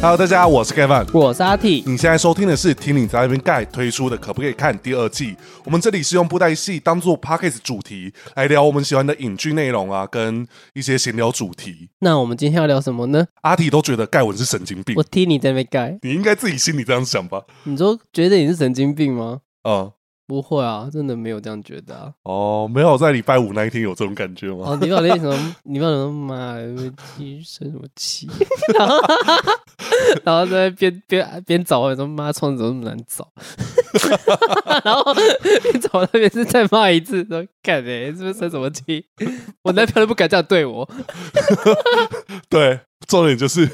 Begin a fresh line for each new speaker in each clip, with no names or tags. Hello，大家好，我是 Kevin。
我是阿 T，
你现在收听的是《听你在那边盖》推出的《可不可以看》第二季。我们这里是用布袋戏当做 p a c k a g e 主题来聊我们喜欢的影剧内容啊，跟一些闲聊主题。
那我们今天要聊什么呢？
阿体都觉得盖文是神经病
我，听你在那边盖，
你应该自己心里这样想吧？
你说觉得你是神经病吗？
嗯，
不会啊，真的没有这样觉得啊。
哦，没有在礼拜五那一天有这种感觉吗？
哦，你把那什么， 你把什么妈的气生什么气， 然后然后在那边边边找，我说妈窗子怎么那么难找， 然后边找那边是再骂一次，说干嘞、是不是生什么气？我男朋友都不敢这样对我，
对，重点就是，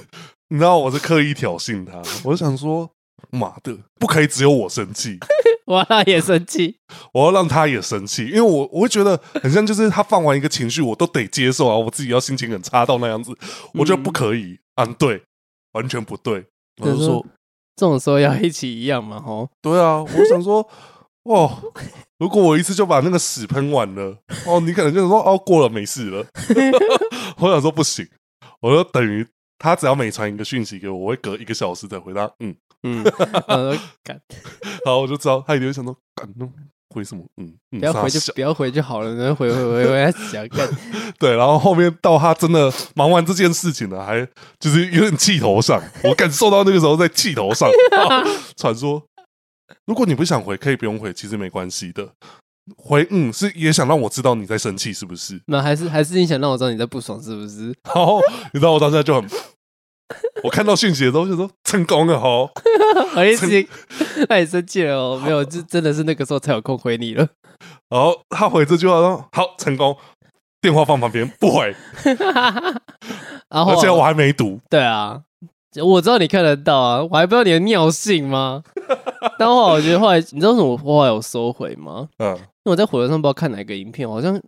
你知道我是刻意挑衅他，我就想说，妈的，不可以只有我生气，
我让他也生气。
我要让他也生气，因为我我会觉得很像，就是他放完一个情绪，我都得接受啊，我自己要心情很差到那样子，我觉得不可以，嗯、啊，对，完全不对。我就
就是
说
说，这种时候要一起一样嘛，吼。
对啊，我想说， 哦，如果我一次就把那个屎喷完了，哦，你可能就是说，哦，过了，没事了。 我想说不行，我就等于他只要每传一个讯息给我，我会隔一个小时再回答，嗯，
嗯，我说干，
然后我就知道他一定会想说，干，那回什么，嗯，嗯
不要
傻
回就
小
不要回就好了，然后回回回回来想 干，
对，然后后面到他真的忙完这件事情了，还就是有点气头 上，我感受到那个时候在气头 上。然后传说，如果你不想回，可以不用回，其实没关系的。回嗯是也想让我知道你在生气是不是？
那还是还是你想让我知道你在不爽是不是？
然后你知道我当下就很，我看到讯息的时候就说成功啊了吼，
我意思， 那你生气了哦？没有，就真的是那个时候才有空回 你了。
然后他回这句话说好成功，电话放旁边不回，
然
而且
后
我还没读，
对啊，我知道你看得到啊，我还不知道你的尿 性吗？但后来我觉得后来，你知道为什么后来有收回吗？
嗯，
因为我在火车上不知道看哪个影片，好像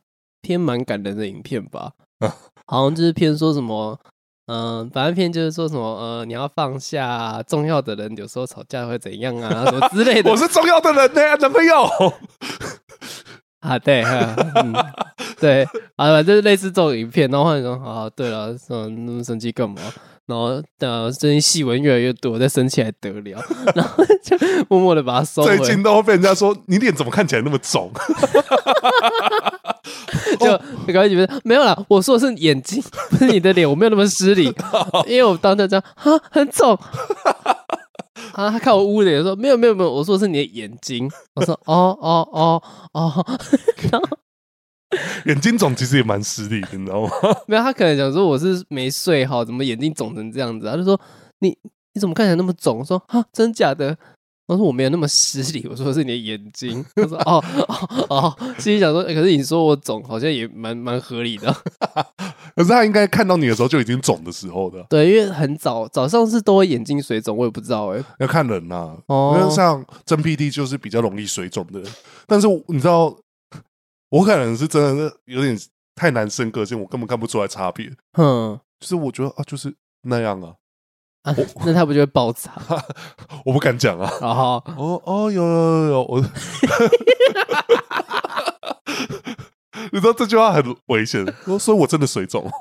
偏蛮感人的影片吧
啊，
好像就是偏说什么，嗯、反正偏就是说什么，呃，你要放下重要的人，有时候吵架会怎样啊，什么之类的
我是重要的人呢、男朋友。
啊，对，哈嗯， 对，啊，反正类似这种影片，然后后来说，啊，对了，嗯，那么生气干嘛？然后，呃，最近细纹越来越多，我再生气还得了？ 然后就默默的把它收回
最。近都会被人家说你脸怎么看起来那么肿？
就赶快觉得没有啦，我说的是眼睛，不是你的脸，我没有那么失礼，因为我当时这样啊，很肿。啊！他看我捂脸说：“没有，没有，没有。”我说：“是你的眼睛。”我说：“哦，哦，哦，哦。
眼睛肿其实也蛮失礼的，你知道吗？”
没有，他可能想说我是没睡好，怎么眼睛肿成这样子啊？他就说：“你你怎么看起来那么肿？”我说：“啊，真假的？”我说：“我没有那么失礼。”我说：“是你的眼睛。”他说：“哦，哦，哦。”心里想说：“欸可是你说我肿，好像也蛮蛮合理的。”
可是他应该看到你的时候就已经肿的时候的，
对，因为很早早上是都会眼睛水肿，我也不知道哎、
要看人呐、
哦
因为像真 PD 就是比较容易水肿的人，但是我你知道，我可能是真的是有点太男生个性，我根本看不出来差别。
哼、
就是我觉得啊，就是那样啊，
啊，那他不就会爆炸？
我不敢讲啊。
然后
哦哦，有有有有，我。 你知道这句话很危险，我所以我真的水肿。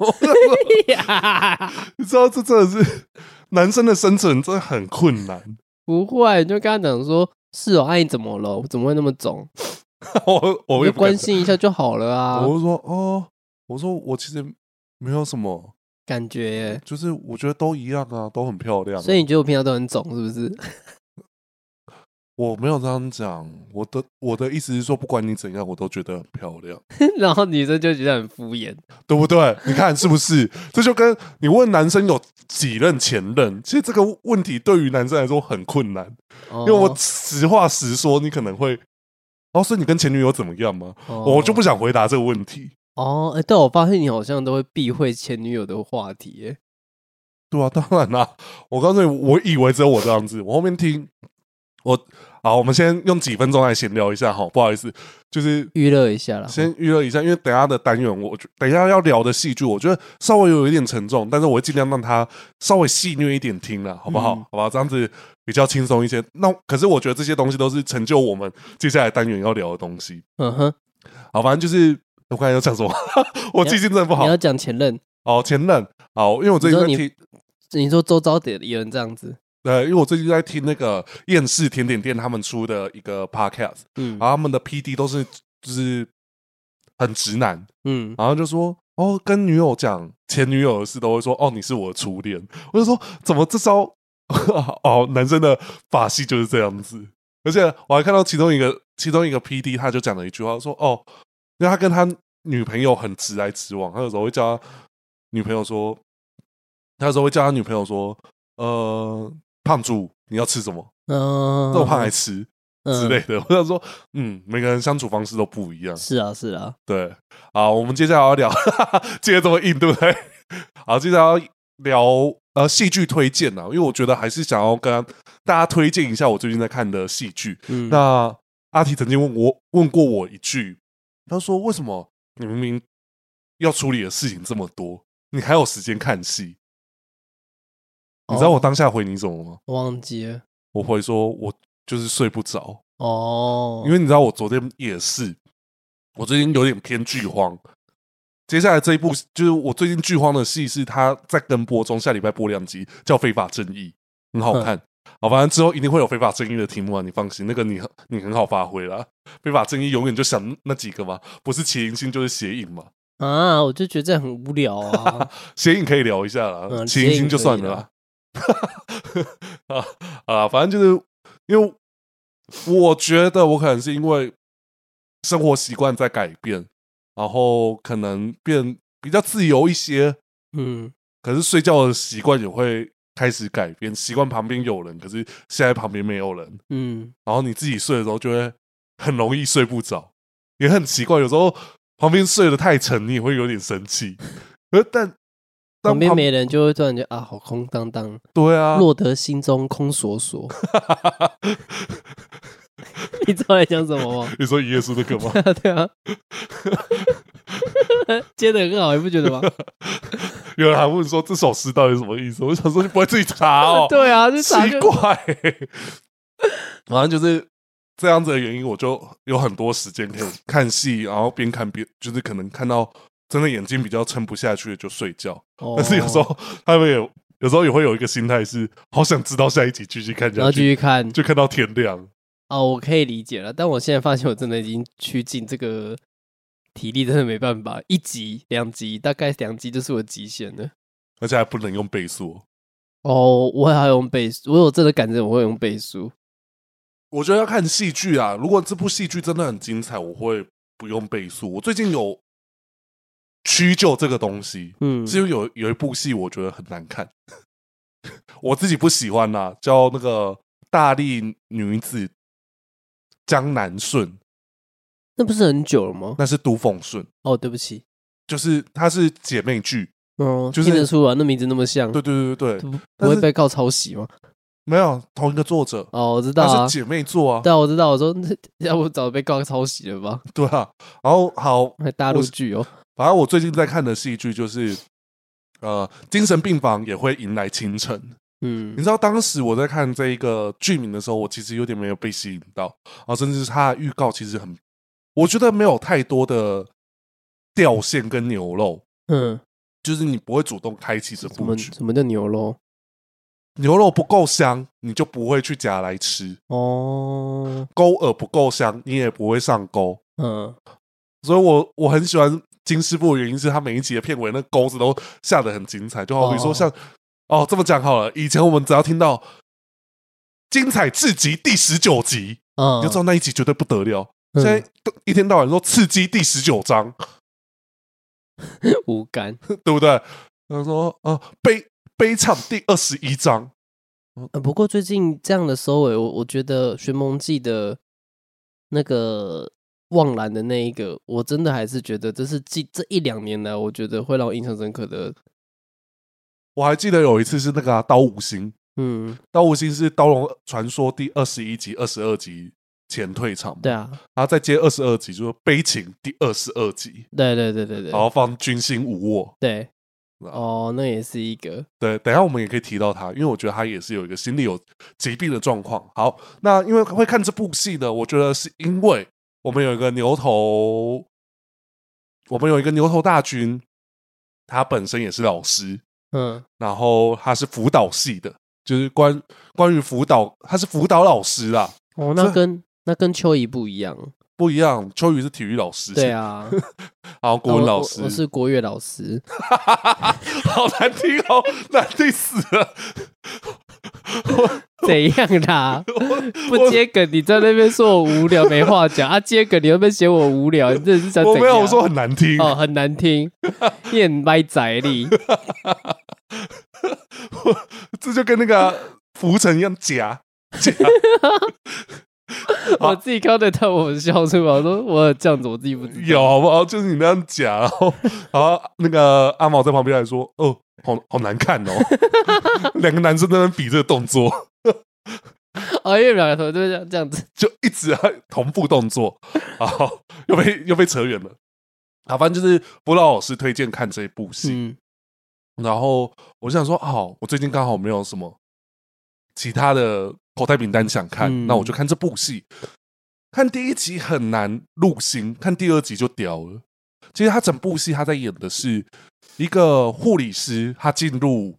你知道这真的是男生的生存真的很困难。
不会，你就跟他讲说，是哦，哎、你怎么了？我怎么会那么肿？
我我
我
也
就
不敢
关心一下就好了
讲，
啊。
我就说哦，我说我其实没有什么，
感觉耶，
就是我觉得都一样啊，都很漂亮啊、
所以你觉得我平常都很肿是不是？
我没有这样讲，我的我的意思是说，不管你怎样，我都觉得很漂亮，
然后女生就觉得很敷衍。
对不对？你看是不是？ 这就跟你问男生有几任前任，其实这个问题对于男生来说很困难，
因
因为我实话实说，你可能会。哦，所以你跟前女友怎么样吗？我就不想回答这个问题。
哦，哎、对我发现你好像都会避讳前女友的话题欸耶。
对啊，当然啦、我告诉你，我以为只有我这样子。我后面听，我好，我们先用几分钟来闲聊一下哈。不好意思，就是
娱乐一下啦，
先预热一下，因为等一下的单元，我觉等一下要聊的戏剧，我觉得稍微有一点沉重，但是我会尽量让它稍微戏谑一点听了，好不好？
嗯
好吧，这样子比较轻松一些。那可是我觉得这些东西都是成就我们接下来单元要聊的东西。
嗯哼，
好，反正就是我 刚才要讲什么，我记性真的不好
你要。讲前任，
哦，前任，好，因为我最
你
近在
说你
听，
你说周遭的有人这样子，
呃，因为我最近在听那个厌世甜点店他们出的一个 podcast，
嗯
然后他们的 PD 都是就是很直男，
嗯，
然后就说哦，跟女友讲前女友的事，都会说哦，你是我的初恋。我就说怎么这招 哦，男生的把戏就是这样子。而且我还看到其中一个其中一个 P D，他就讲了一句话说哦，因为他跟他女朋友很直来直往，他有时候会叫他女朋友说，他有时候会叫他女朋友说，呃，胖猪你要吃什么？
嗯，
肉胖来吃之
嗯
类的。我想说，嗯，每个人相处方式都不一样。
是啊，是啊，
对，好，我们接下来要聊，接着这么硬，对不对？好，接下来要聊呃戏剧推荐啊，因为我觉得还是想要跟大家推荐一下我最近在看的戏剧。
嗯，
那阿提曾经问我问过我一句，他说为什么你明明要处理的事情这么多，你还有时间看戏？你知道我
哦
当下回你什么吗？
我忘记了
我回说，我就是睡不着，
哦，
因为你知道我昨天也是，我最近有点偏剧荒。接下来这一部就是我最近剧荒的戏，是他在跟播中，下礼拜播两集，叫《非法正义》，很好看。好，反正之后一定会有《非法正义》的题目啊，你放心，那个你很你很好发挥啦。《非法正义》永远就想那几个嘛，不是麒麟星就是邪影嘛，
啊，我就觉得这样很无聊啊，
邪影可以聊一下啦，
嗯
麒麟星就算了啦。 啊啊，反正就是因为我觉得我可能是因为生活习惯在改变，然后可能变比较自由一些，
嗯
可是睡觉的习惯也会开始改变，习惯旁边有人，可是现在旁边没有人，
嗯，
然后你自己睡的时候就会很容易睡不着，也很奇怪，有时候旁边睡得太沉，你也会有点生气，呃但。但
旁边
旁
没人就会突然觉得啊，好空荡荡，
对啊，
落得心中空索索。 你知道我在讲什么吗？
你说一页书那个吗？
对啊， 接的很好，你不觉得吗？，
有人还问说这首诗到底是什么意思？我想说你不会自己查 哦
对啊，就
奇
查个
怪、欸。反正就是这样子的原因，我就有很多时间可以看戏，然后边看边就是可能看到真的眼睛比较撑不下去就睡觉。但是有时，
哦
候他们也有时候也会有一个心态是，好想知道下一集继续看
然
下
后继
去，
续看
就看到天亮。
哦，我可以理解了，但我现在发现我真的已经趋近这个体力，真的没办法，一集两集，大概两集就是我极限了。
而且还不能用倍速，
哦，我还要用倍速，我有真的感觉我会用倍速。
我觉得要看戏剧啊。如果这部戏剧真的很精彩，我会不用倍速。我最近有屈就这个东西，
嗯，
是因为有有一部戏我觉得很难看， 我自己不喜欢啦、叫那个《大力女子江南顺》，
那不是很久了吗？
那是都奉顺，
哦，对不起，
就是它是姐妹剧。
嗯，
就是
听得出来，那名字那么像，
对对对对对，
不不
但是
会被告抄袭吗？
没有同一个作者，
哦，我知道
它
啊
是，姐妹作啊，
对啊，我知道，我说那要不早被告抄袭了吧？
对啊。然后好，
还大陆
我是
剧哦，
反正我最近在看的戏剧就是，呃，精神病房也会迎来清晨。你
嗯
知道当时我在看这一个剧名的时候，我其实有点没有被吸引到啊，甚至是它的预告其实很，我觉得没有太多的掉线跟牛肉，
嗯，
就是你不会主动开启这
什么
部剧，
什么叫牛肉？
牛肉不够香，你就不会去夹来吃；
哦，
勾饵不够香，你也不会上钩。
嗯，
所以我我很喜欢金师傅的原因是他每一集的片尾那钩子都下的很精彩，就好比说像哦这么讲好了，以前我们只要听到精彩至极第十九集，
啊
你就知道那一集绝对不得了。
嗯
现在都一天到晚说刺激第十九章，
无感，
对不对？他说啊、呃悲悲惨第二十一章，
呃，不过最近这样的收尾，我我觉得《寻梦记》的那个望兰的那一个，我真的还是觉得这是近这一两年来，我觉得会让我印象深刻的。
我还记得有一次是那个、啊、刀五星，
嗯，
刀五星是《刀龙传说》第二十一集、二十二集前退场嘛，
对啊，
然后再接二十二集，就是悲情第二十二集，
对对对对对，
然后放军心无我。
对，
啊
哦，那也是一个，
对，等一下我们也可以提到他，因为我觉得他也是有一个心理有疾病的状况。好，那因为会看这部戏呢，我觉得是因为我们有一个牛头，我们有一个牛头大军，他本身也是老师，
嗯
然后他是辅导系的，就是关关于辅导，他是辅导老师啦，
哦，
这
那跟那跟秋怡不一样，
不一样。秋雨是体育老师，
对，啊，
然后国文老师
我我我是国乐老师，
好难听哦，难听死了。
怎样 啦？不接梗，你在那边说我无聊没话讲啊？接梗，你又被嫌我无聊，你这是想怎
我
样？
没有说很难听，
哦，很难听，你很歪仔力，
这就跟那 个浮尘一样夹夹。
我自己看得到我笑出来，我说我这样子我自己不知道。
有好不好？就是你那样夹，然 后然后那个阿毛在旁边还说：“哦，好好难看 哦。”两个男生在那边比这个动作，
哦，因为两个头就是这样这样子，
就一直在同步动作，然后又被又被扯远了。啊，反正就是辅导老师推荐看这一部戏，
嗯
然后我就想说，好、我最近刚好没有什么其他的口袋名单想看，
嗯
那我就看这部戏。看第一集很难入心，看第二集就屌了。其实他整部戏他在演的是一个护理师，他进入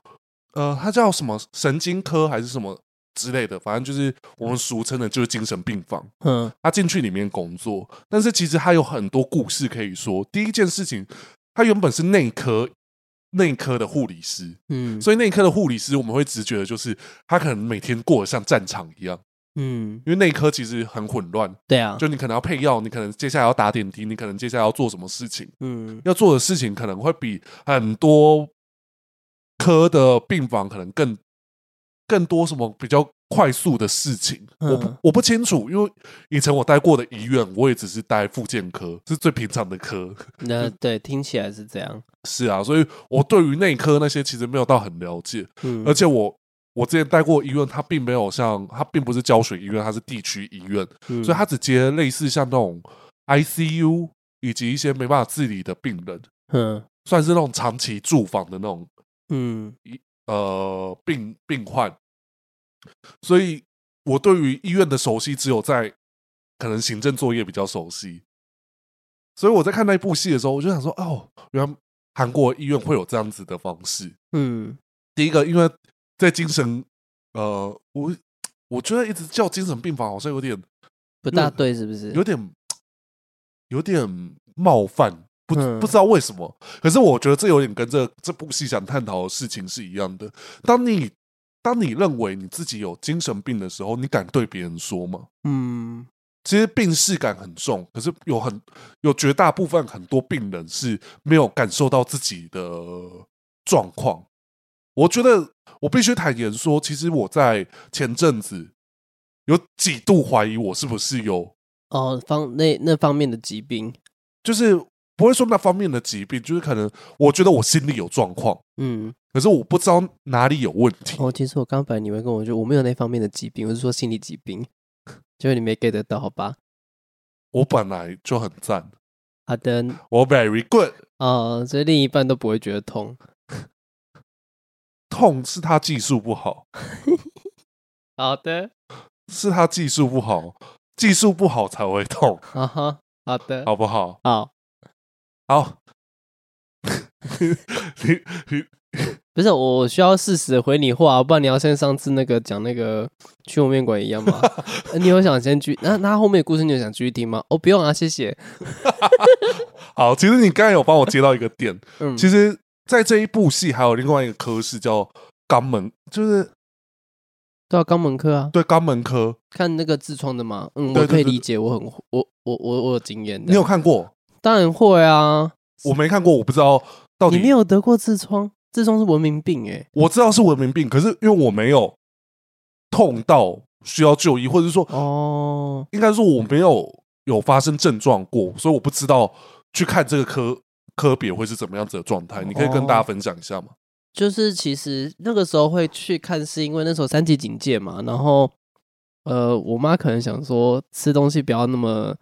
呃，他叫什么神经科还是什么之类的，反正就是我们俗称的就是精神病房。
嗯
他进去里面工作，但是其实他有很多故事可以说。第一件事情，他原本是内科内科的护理师，
嗯
所以内科的护理师我们会直觉的就是他可能每天过得像战场一样，
嗯，
因为内科其实很混乱，
对啊，
就你可能要配药，你可能接下来要打点滴，你可能接下来要做什么事情，
嗯
要做的事情可能会比很多科的病房可能更更多什么比较快速的事情，我不
嗯
我不清楚，因为以前我待过的医院，我也只是待复健科，是最平常的科。
那对听起来是这样，
是啊，所以我对于内科那些其实没有到很了解，
嗯
而且我。我之前待过医院，它并没有像它并不是教学医院，它是地区医院，
嗯
所以它只接类似像那种 ICU 以及一些没办法治理的病人，
嗯
算是那种长期住房的那种
嗯
呃病病患，所以我对于医院的熟悉只有在可能行政作业比较熟悉，所以我在看那一部戏的时候，我就想说，哦，原来韩国医院会有这样子的方式。
嗯
第一个，因为在精神，呃，我我觉得一直叫精神病房好像有点
不大对是不是？
有点有点冒犯，不、
嗯
不知道为什么。可是我觉得这有点跟这这部戏想探讨的事情是一样的。当你当你认为你自己有精神病的时候，你敢对别人说吗？
嗯
其实病视感很重，可是有很有绝大部分很多病人是没有感受到自己的状况。我觉得我必须坦言说，其实我在前阵子有几度怀疑我是不是有
哦方那那方面的疾病，
就是不会说那方面的疾病，就是可能我觉得我心里有状况，
嗯
可是我不知道哪里有问题。
哦，其实我刚本来你会跟我说我没有那方面的疾病，我是说心理疾病， 结果你没 get 得到，好吧？
我本来就很赞，
好的，
我 very good。
哦，所以另一半都不会觉得痛，
痛是他技术不好，
好的，
是他技术不好，技术不好才会 痛，
哈哈，好的，
好不好？
好，
好， 你你
不是我，我需要适时的回你话，啊不然你要像上次那个讲那个去面馆一样 吗？呃你有想先去？那那后面的故事你有想继续听吗？哦，不用啊，谢谢。
好，其实你刚才有帮我接到一个点，
嗯，
其实在这一部戏还有另外一个科室叫肛门，就是
对啊，肛门科啊，
对肛门科，
看那个痔疮的嘛，嗯，
对对
我可以
对
理解，我很我我我我有经验的。
你有看过？
当然会啊，
我没看过，我不知道到底
你没有得过痔疮，痔疮是文明病哎、
我知道是文明病，可是因为我没有痛到需要就医，或者说
哦，
应该说我没有有发生症状过，所以我不知道去看这个科科别会是怎么样子的状态。你可以跟大家分享一下吗？
就是其实那个时候会去看，是因为那时候三级警戒嘛，然后呃，我妈可能想说吃东西不要那么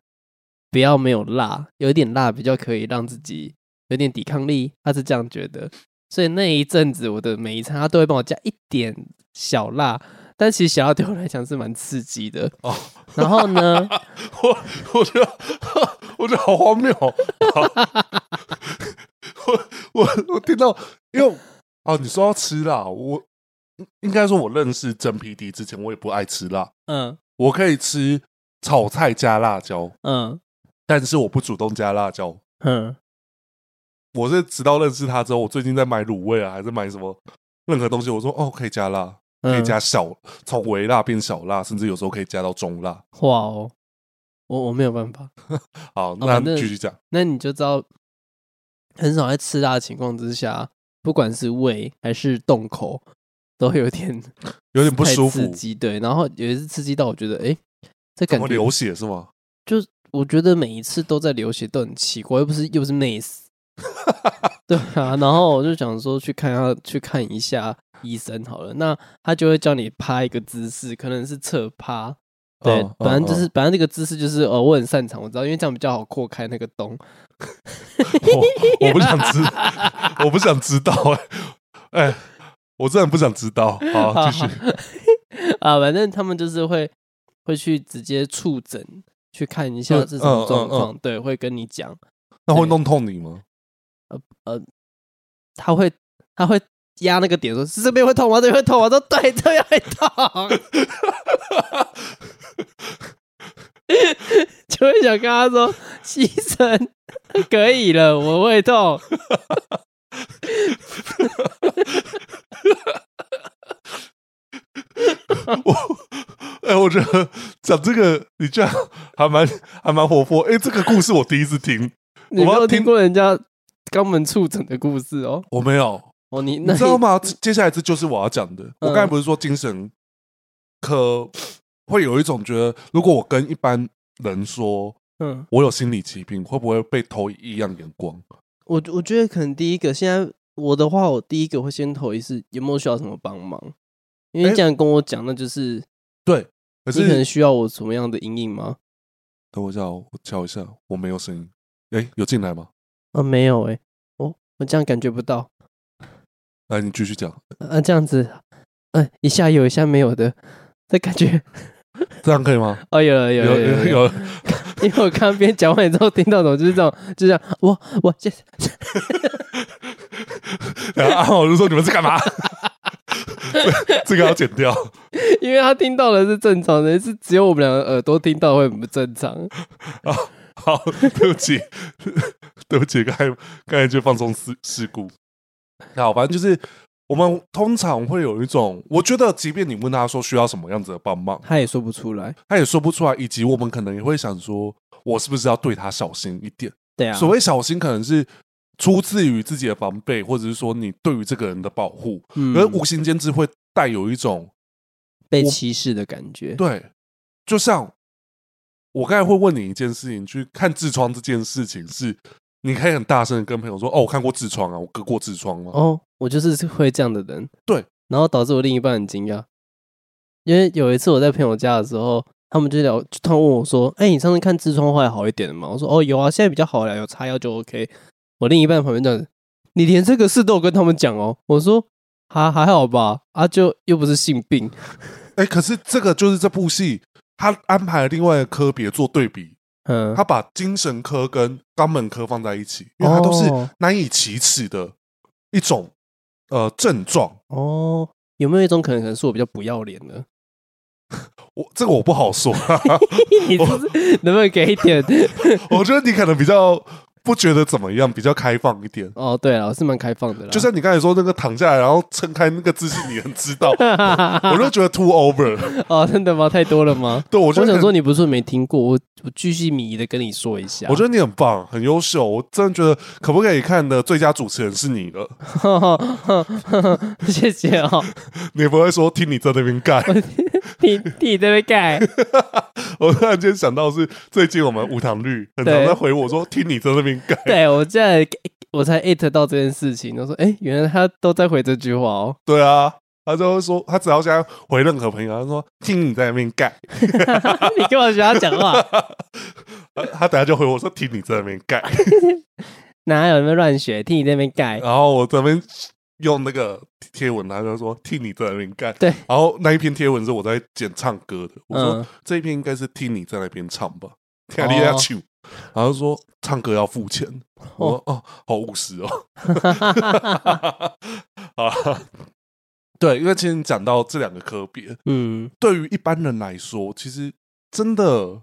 不要没有辣，有一点辣比较可以让自己有点抵抗力，她是这样觉得。所以那一阵子我的每一餐她都会帮我加一点小辣，但其实小辣对我来讲是蛮刺激的。
哦，
然 后呢，
我我觉得我觉得 好荒谬哦、好我我我听到，因为哦，你说要吃辣，我应应该说，我认识真 P D 之前，我也不爱吃辣，
嗯
我可以吃炒菜加辣椒，
嗯
但是我不主动加辣椒。
嗯
我是直到认识他之后，我最近在买卤味啊，还是买什么任何东西，我说哦，可以加辣，可以
嗯，
加小，从微辣变小辣，甚至有时候可以加到中辣。
哇哦，我我没有办法。
好，那
哦反正
继续讲，
那你就知道，很少在吃辣的情况之下，不管是胃还是洞口，都会有点
有 点不
太
舒
刺
服，
激。对，然后有一次刺激到我觉得，哎，这感
会
觉
流血是吗？
我觉得每一次都在流血，都很奇怪，又不是又不是 MACE，对啊。然后我就想说去看他，去看一下医生好了。那他就会叫你趴一个姿势，可能是侧趴， 对，
嗯
反正就
嗯
是，反正这个姿势就是，哦，我很擅长，我知道，因为这样比较好扩开那个洞。
嗯我我不想知， 我不想知道、哎、哎，我真的不想知道。好， 继续。
啊，反正他们就是会会去直接触诊，去看一下是什
嗯
么状况，对，会跟你讲，
那会弄痛你吗？
他会他会压那个点说，是这边会痛吗？这边会痛吗？我说对，这边会痛， 就会想跟他说，医生可以了，我 会痛。
我哎、我觉得讲这个，你这样还蛮还蛮活泼。哎、这个故事我第一次听，
你没
我要
有
听
听过人家肛门触诊的故事哦？
我没有，
哦，你嗯
你
那
知道吗？接下来这就是我要讲的。我刚才不是说精神科会有一种觉得，如果我跟一般人说
嗯，
我有心理疾病，会不会被投以异样眼光？
我我觉得可能第一个，现在我的话，我第一个会先投一是有没有需要什么帮忙，因为
哎
这样跟我讲，那就是
对，可
你可能
是
需要我什么样的阴影吗？
等我一下哦，我敲一下，我没有声音。哎、有进来吗？
啊，没有哎、我、我这样感觉不到
来，你继续讲，
啊，这样子，嗯、一下有一下没有的，这感觉
这样可以吗？
哦，有了有了
有
了
有，
因为我刚刚边讲完之后听到什么就是这种，就这样，我我这
然后阿豪啊就说：“你们在干 嘛？” 这个要剪掉。
因为他听到的是正常的，是只有我们两个耳朵听到会很不正常。
好，对不起， 对不起，刚才刚才就放松事事故。好，反正就是我们通常会有一种，我觉得，即便你问他说需要什么样子的帮忙，
他也说不出来，
他也说不出来，以及我们可能也会想说，我是不是要对他小心一点？
对啊，
所谓小心，可能是出自于自己的防备，或者是说你对于这个人的保护，
嗯
而无形间之会带有一种
被
我
歧视的感觉。
对，就像我刚才会问你一件事情，去看痔疮这件事情是，你可以很大声的跟朋友说：“哦，我看过痔疮啊，我割过痔疮啊。
哦，我就是 会这样的人。
对，
然后导致我另一半很惊讶，因为有一次我在朋友家的时候，他们就聊，就突然问我说：“哎、你上次看痔疮后来好一点了吗？”我说：“哦，有啊，现在比较好了，有擦药就 OK。”我另一半旁边这样子，你连这个事都有跟他们讲哦。我说：“还还好吧，啊，就又不是性病。
哎，可是这个就是这部戏，他安排了另外的科别做对比，”
嗯，
他把精神科跟肛门科放在一起，因为它都是
哦
难以启齿的一种呃症状。
哦，有没有一种可能，可能是我比较不要脸 呢？
我这个我不好说，
你是不是能不能给一点？
我觉得你可能比较不觉得怎么样，比较开放一点。
哦，对啊了，我是蛮开放的啦，
就像你刚才说那个躺下来，然后撑开那个姿势，你很知 道，我就觉得 too over。
哦，真的吗？太多了吗？
对我
我
觉得
想
很
说，，你不是没听过，我我继续迷的跟你说一下。
我觉得你很棒，很优秀。我真的觉得，可不可以看的最佳主持人是你了？
得 谢谢哦，
你不会说听你在那边 干？
你你在 那边盖，
我突然间想到是最近我们无糖绿很常
对
在回我说听你在那边干。
对我现在我才 at 到这件事情，我说哎、诶原来他都在回这句话哦。
对啊，他就会说他只要想回任何朋友，他说听你在那边干，
你跟我学他讲话，
呃他等下就回我说听你在那边干，
哪有那么乱学？听你在那边盖，
然后我这边用那个贴文，他就说听你在那边干。
对，
然后那一篇贴文是我在剪唱歌的，我说、
嗯
啊
哦
这一篇应该是听你在那边唱吧，听你在唱，然后说唱歌要付钱，我说哦，好务实哦。 啊，对，因为今天讲到这两个科别，
嗯，
对于一般人来说，其实真的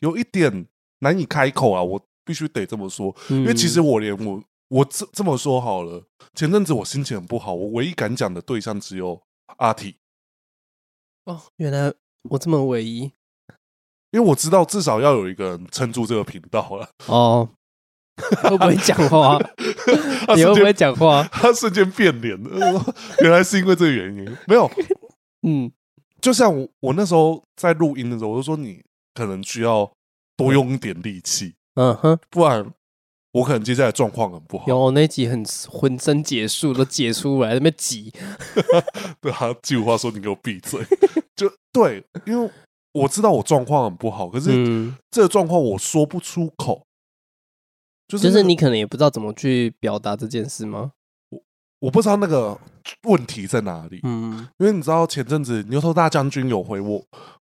有一点难以开口啊。我必须得这么说，
因
因为其实我连我我这这么说好了，前阵子我心情很不好，我唯一敢讲的对象只有阿体，
哦，原来我这么唯一
因为我知道至少要有一个人撑住这个频道 了。
哦，会不会讲话？
他
你
瞬
会不会
间
讲话？
他瞬间变脸了， 原来是因为这个原因。没有，
嗯
就像我我那时候在录音的时候，我就说你可能需要多用一点力气，
嗯哼，
不然我可能接下来状况很不好。
有那集很浑身解数都解出来，那边挤，
对 他几乎话说你给我闭嘴， 就对，因为我知道我状况很不好，可是
嗯，
这个状况我说不出口，就是
就
那个
是你可能也不知道怎么去表达这件事吗？
我不知道那个问题在哪里，
嗯
因为你知道前阵子牛头大将军有回我，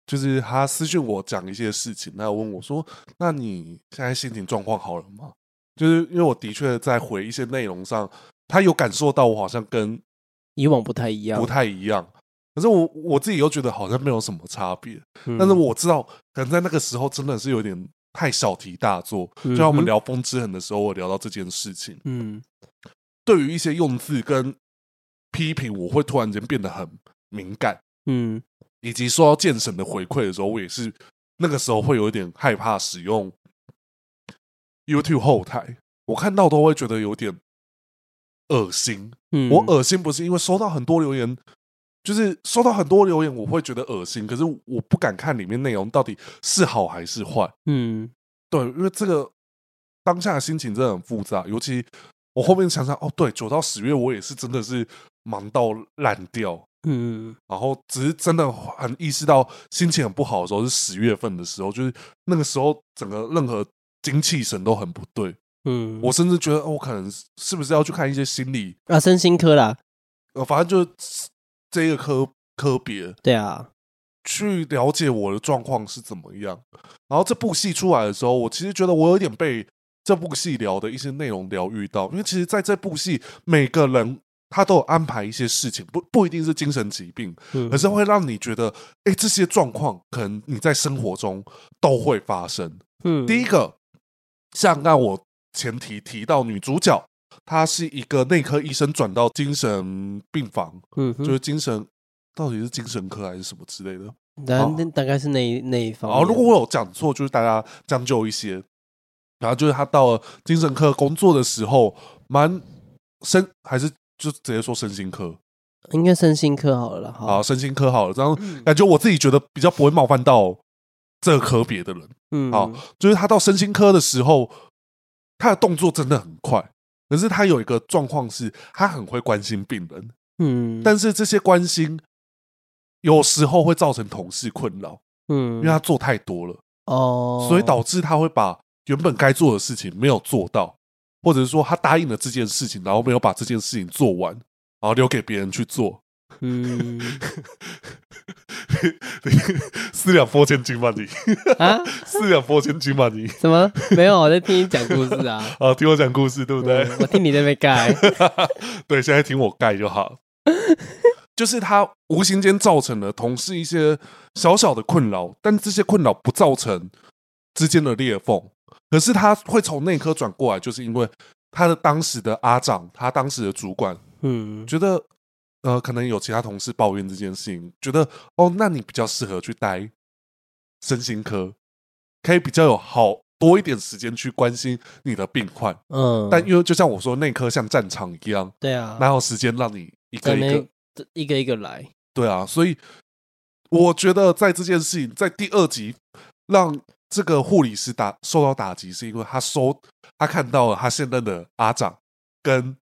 就是他私讯我讲一些事情，他有问我说：“那你现在心情状况好了吗？”就是因为我的确在回一些内容上，他有感受到我好像跟
以往不太一样，
不太一样，可是我我自己又觉得好像没有什么差别。
嗯，
但是我知道，可能在那个时候真的是有点太小题大做。
嗯
就像我们聊《风之痕》的时候，我聊到这件事情，
嗯
对于一些用字跟批评，我会突然间变得很敏感。
嗯
以及受到剑神的回馈的时候，我也是那个时候会有点害怕使用 YouTube 后台，我看到都会觉得有点恶心。
嗯，
我恶心不是因为收到很多留言，就是收到很多留言，我会觉得恶心，可是我不敢看里面内容到底是好还是坏。
嗯
对，因为这个当下的心情真的很复杂，尤其我后面想想，哦，对，九到十月我也是真的是忙到烂掉。
嗯
然后只是真的很意识到心情很不好的时候是十月份的时候，就是那个时候整个任何精气神都很不对。
嗯，
我甚至觉得，哦，我可能是不是要去看一些心理，
啊，身心科啦，
呃，反正就是这个科科别
对啊，
去了解我的状况是怎么样。然后这部戏出来的时候，我其实觉得我有点被这部戏聊的一些内容疗愈到，因为其实在这部戏每个人他都有安排一些事情，不不一定是精神疾病，
嗯
可是会让你觉得，哎、这些状况可能你在生活中都会发生。
嗯
第一个，像刚我前提提到女主角，她是一个内科医生转到精神病房，
嗯
就
哼，
是精神到底是精神科还是什么之类的。
大
哦
那大概是那一那一方
然
面，
后如果我有讲错，就是大家将就一些。然后就是她到了精神科工作的时候，蛮身还是就直接说身心科
应该身心科好了啦，
啊，
好，
身心科好了，这样
嗯
感觉我自己觉得比较不会冒犯到这个科别的人。
嗯
好，就是他到身心科的时候，他的动作真的很快，可是他有一个状况是，他很会关心病人，
嗯，
但是这些关心有时候会造成同事困扰，
嗯，
因为他做太多了，
哦，
所以导致他会把原本该做的事情没有做到，或者是说他答应了这件事情，然后没有把这件事情做完，然后留给别人去做。
嗯
四两拨千斤吧你，
啊
四两拨千斤吧你。
什么没有？我在听你讲故事啊，
啊，听我讲故事，对不 对？
嗯我听你在那边盖，
对，现在听我盖就好。 就是他无形间造成了同事一些小小的困扰，但这些困扰不造成之间的裂缝。可是他会从内科转过来，就是因为他的当时的阿长，他当时的主管
嗯
觉得，呃，可能有其他同事抱怨这件事情，觉得哦，那你比较适合去待身心科，可以比较有好多一点时间去关心你的病患。
嗯，
但因为就像我说，内科像战场一样，
对啊，
哪有时间让你一
在
个一
那
个？
一个一个来，
对啊，所以我觉得在这件事情在第二集让这个护理师打受到打击，是因为他收他看到了他现任的阿长跟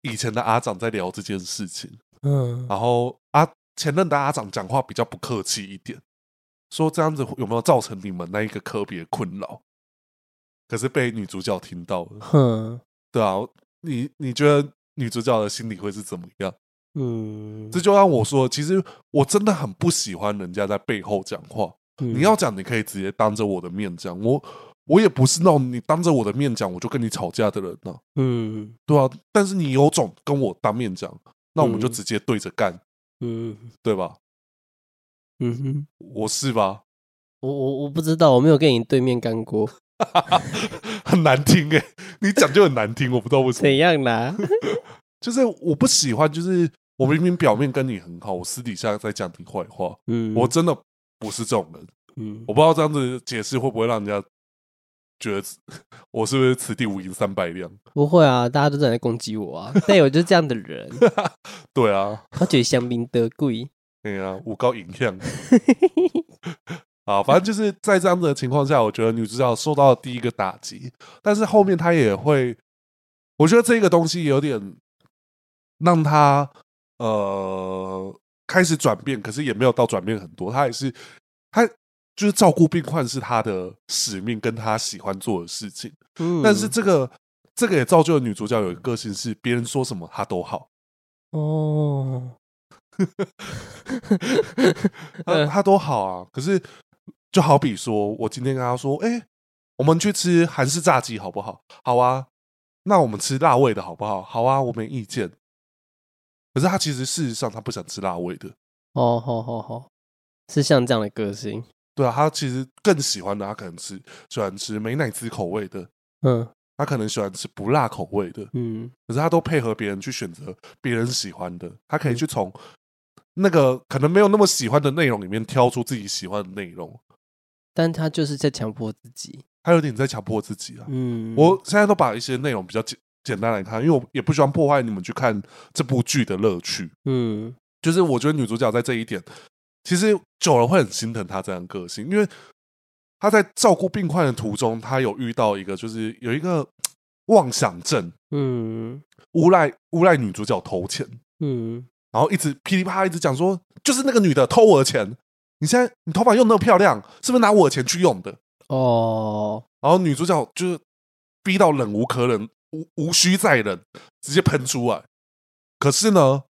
以前的阿长在聊这件事情，
嗯
然后阿前任的阿长讲话比较不客气一点，说这样子有没有造成你们那一个科别困扰？可是被女主角听到了。
哼
对啊，你你觉得女主角的心理会是怎么样？
嗯，
这就让我说，其实我真的很不喜欢人家在背后讲话。
你
你要讲，你可以直接当着我的面讲。我我也不是那种你当着我的面讲我就跟你吵架的人呢、
嗯
对啊，但是你有种跟我当面讲，那我们就
嗯
直接对着干，
嗯
对吧？
嗯哼，
我是吧？
我我我不知道，我没有跟你对面干过，
很难听哎、你讲就很难听，我不知道为什么。
怎样啦？
就是我不喜欢，就是我明明表面跟你很好，我私底下在讲你坏话，
嗯，
我真的不是这种人。
嗯
我不知道这样子解释会不会让人家觉得 我是不是此地无银三百两？
不会啊，大家都在来攻击我啊，但我就是这样 的人，
对啊，
我觉得香槟得贵，
对啊，武高影 像。啊，反正就是在这样子的情况下，我觉得女主角受到第一个打击，但是后面她也会，我觉得这个东西有点让她呃开始转变，可是也没有到转变很多，她也是她就是照顾病患是她的使命，跟她喜欢做的事情。
嗯，
但是这个这个也造就了女主角有一个个性是，别人说什么她都好，
哦，
她
嗯
她都好啊。可是就好比说，我今天跟她说，哎、我们去吃韩式炸鸡好不好？好啊，那我们吃辣味的好不好？好啊，我没意见。可是她其实事实上她不想吃辣味的，
哦，好好好，是像这样的个性，
对啊，她其实更喜欢的，她可能吃喜欢吃美乃滋口味的，
嗯
她可能喜欢吃不辣口味的，
嗯
可是他都配合别人去选择别人喜欢的，他可以
嗯
去从那个可能没有那么喜欢的内容里面挑出自己喜欢的内容，
但他就是在强迫自己。
他有点在强迫自己啊。
嗯，
我现在都把一些内容比较简简单来看，因为我也不喜欢破坏你们去看这部剧的乐趣。
嗯
就是我觉得女主角在这一点，其实久了会很心疼她这样个性，因为她在照顾病患的途中，她有遇到一个就是有一个妄想症，
嗯
诬赖诬赖女主角偷钱。
嗯
然后一直噼里啪啦一直讲说，就是那个女的偷我的钱，你现在你头发用那么漂亮，是不是拿我的钱去用的？
哦，
然后女主角就是逼到忍无可忍，无无需再忍，直接喷出来。可是呢，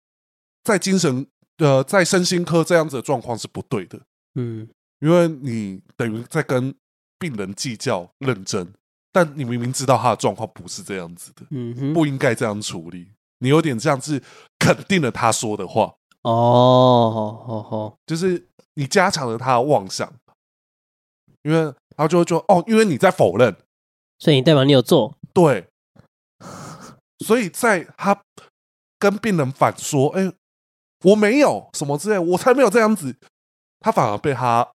在精神呃在身心科这样子的状况是不对的，
嗯
因为你等于在跟病人计较认真，但你明明知道他的状况不是这样子的，
嗯哼，
不应该这样处理。你有点像是肯定了他说的话，
哦，好好好，
就是你加强了他的妄想，因为他就会说哦，因为你在否认，
所以你代表你有做，
对，所以在他跟病人反说，哎、我没有什么之类，我才没有这样子，他反而被他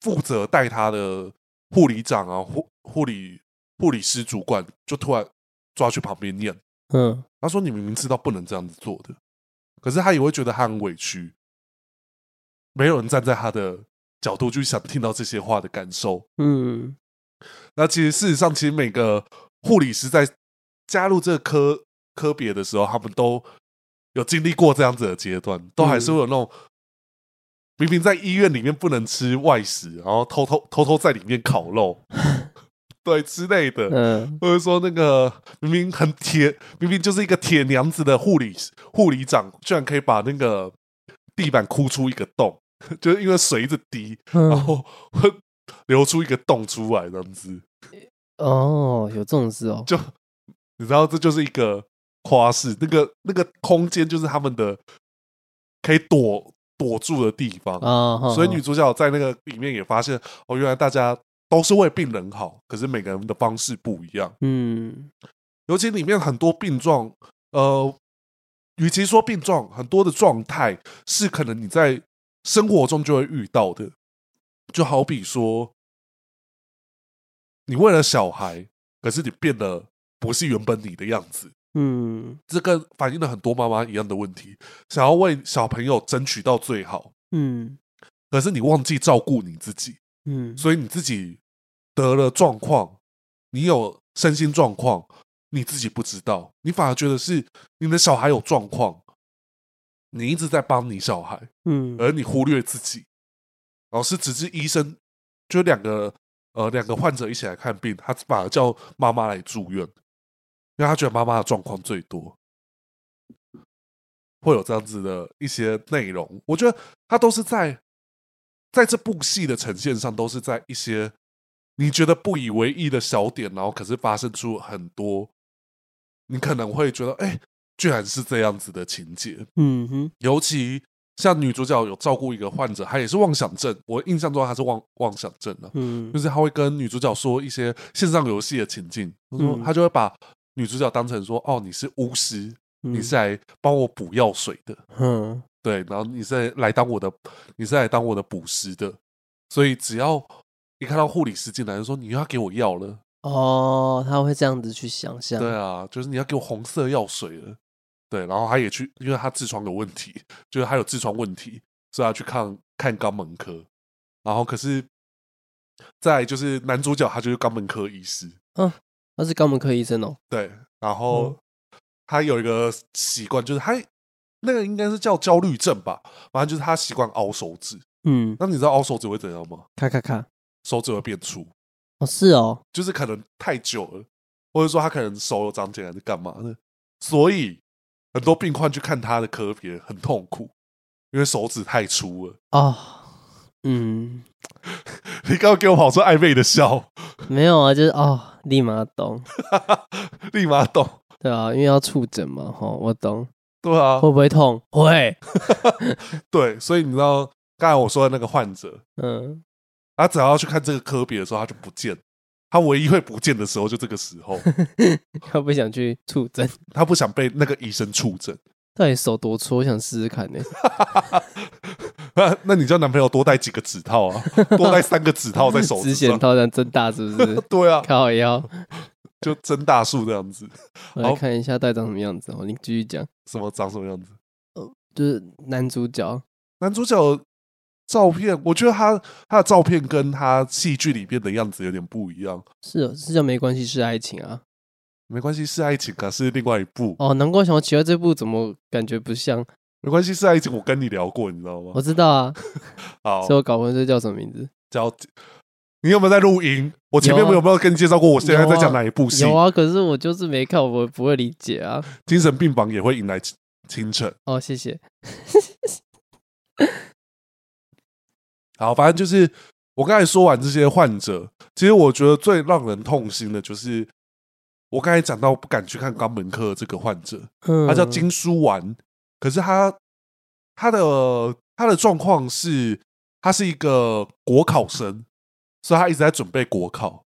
负责带他的护理长啊、护护理护理师主管就突然抓去旁边念，
嗯
他说你明明知道不能这样子做的，可是他也会觉得他很委屈，没有人站在他的角度去想听到这些话的感受。
嗯
那其实事实上，其实每个护理师在加入这个科科别的时候，他们都有经历过这样子的阶段，都还是会有那种、明明在医院里面不能吃外食，然后偷偷偷偷在里面烤肉，对之类的。
嗯
或者说那个明明很铁，明明就是一个铁娘子的护理护理长，居然可以把那个地板哭出一个洞，就是因为水一直滴，然
嗯，
后会流出一个洞出来，这样子，
哦，有这种事哦，
就你知道这就是一个夸饰，那个那个空间就是他们的可以躲躲住的地方，
啊，哈
所以
哈
女主角在那个里面也发现，哦，原来大家都是为病人好，可是每个人的方式不一样。
嗯
尤其里面很多病状，呃，与其说病状，很多的状态是可能你在生活中就会遇到的，就好比说，你为了小孩，可是你变得不是原本你的样子，
嗯
这跟反映了很多妈妈一样的问题，想要为小朋友争取到最好，
嗯
可是你忘记照顾你自己，
嗯，
所以你自己得了状况，你有身心状况，你自己不知道，你反而觉得是你的小孩有状况，你一直在帮你小孩，
嗯
而你忽略自己。然后是直至医生，就两个呃两个患者一起来看病，他反而叫妈妈来住院，因为他觉得妈妈的状况最多，会有这样子的一些内容。我觉得他都是在在这部戏的呈现上，都是在一些你觉得不以为意的小点，然后可是发生出很多，你可能会觉得，哎、居然是这样子的情节。
嗯哼，
尤其像女主角有照顾一个患者，她也是妄想症，我印象中她是妄妄想症的、
嗯
就，是她会跟女主角说一些线上游戏的情境，她说
嗯
她就会把女主角当成说，哦，你是巫师，你
嗯
是来帮我补药水的，
嗯
对，然后你是来当我的，你是来当我的补师的，所以只要一看到护理师进来，就说你又要给我药了，
哦，他会这样子去想象，
对啊，就是你要给我红色药水了，对，然后他也去，因为他痔疮有问题， 就是他有痔疮问题，所以他去看看肛门科，然后可是，再就是男主角他就是肛门科医师，
他是肛门科医生哦，
对，然
嗯
后他有一个习惯，就是他那个应该是叫焦虑症吧，反正就是他习惯凹手指，
嗯，
那你知道凹手指会怎样吗？
咔咔咔，
手指会变粗，
哦是哦，
就是可能太久了，或者说他可能手有长茧还是干嘛的，所以很多病患去看他的科别很痛苦，因为手指太粗了。
哦，嗯，
你刚刚给我跑出暧昧的笑，
没有啊，就是哦，立马懂，
立马懂，
对啊，因为要触诊嘛，吼，我懂，
对啊
会，不会痛？会，
对，所以你知道刚才我说的那个患者，
嗯，
他只要去看这个科别的时候，他就不见。他唯一会不见的时候就这个时候，
他不想去触诊，
他不想被那个医生触诊。
到底手多粗？我想试试 看呢、
那啊那你叫男朋友多带几个指套啊，多带三个指套在手 指
指显
上。？
套像增大是不 是
对啊，
靠腰，
就增大树这样子，
我来
好
看一下袋长什么样子哦。你继续讲，
什么长什么样子。
就是男主角，
男主角照片，我觉得他他的照片跟他戏剧里边的样子有点不一样。
是哦是叫没关系是爱情啊。
没关系，是爱情啊，是另外一部。
哦，难怪我想我奇怪这部怎么感觉不像？
没关系，是爱情。我跟你聊过，你知道吗
我？知道啊，
好
所以，我搞混这叫什么名字？
叫你有没有在录音？我前面
有啊
有没有跟你介绍过？我现在在讲哪一部戏？
有啊，可是我就是没看，我不会理解啊。
精神病房也会迎来清清晨。
哦，谢谢。
好，反正就是我刚才说完这些患者，其实我觉得最让人痛心的就是我刚才讲到不敢去看肛门科的这个患者，
嗯，
他叫金书丸，可是他他的他的状况是，他是一个国考生，所以他一直在准备国考，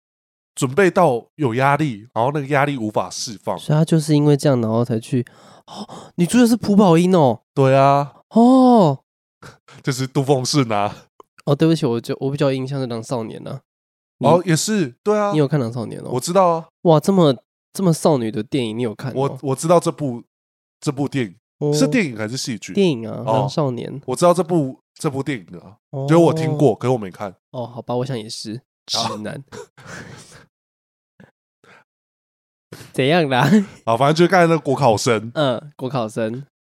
准备到有压力，然后那个压力无法释放。
所以他就是因为这样，然后才去。哦，女主角是朴宝英哦。
对啊，
哦
就是杜凤顺啊，
哦，对不起，我就我比较有印象是《狼少年》呐。你
然后也是对啊
你，有看《狼少年》哦？
我知道啊，
哇，这么这么少女的电影你有看、
我
哦？
我知道这部这部电影
我
是电影还是戏剧？
电影啊，《
哦
狼少年》
我知道这部这部电影啊，
哦
就是我听过，可是哦我没看。
哦，好吧，我想也是直
好
男。 怎样啦？
啊，反正就是刚才那个国考生，
嗯，国考生，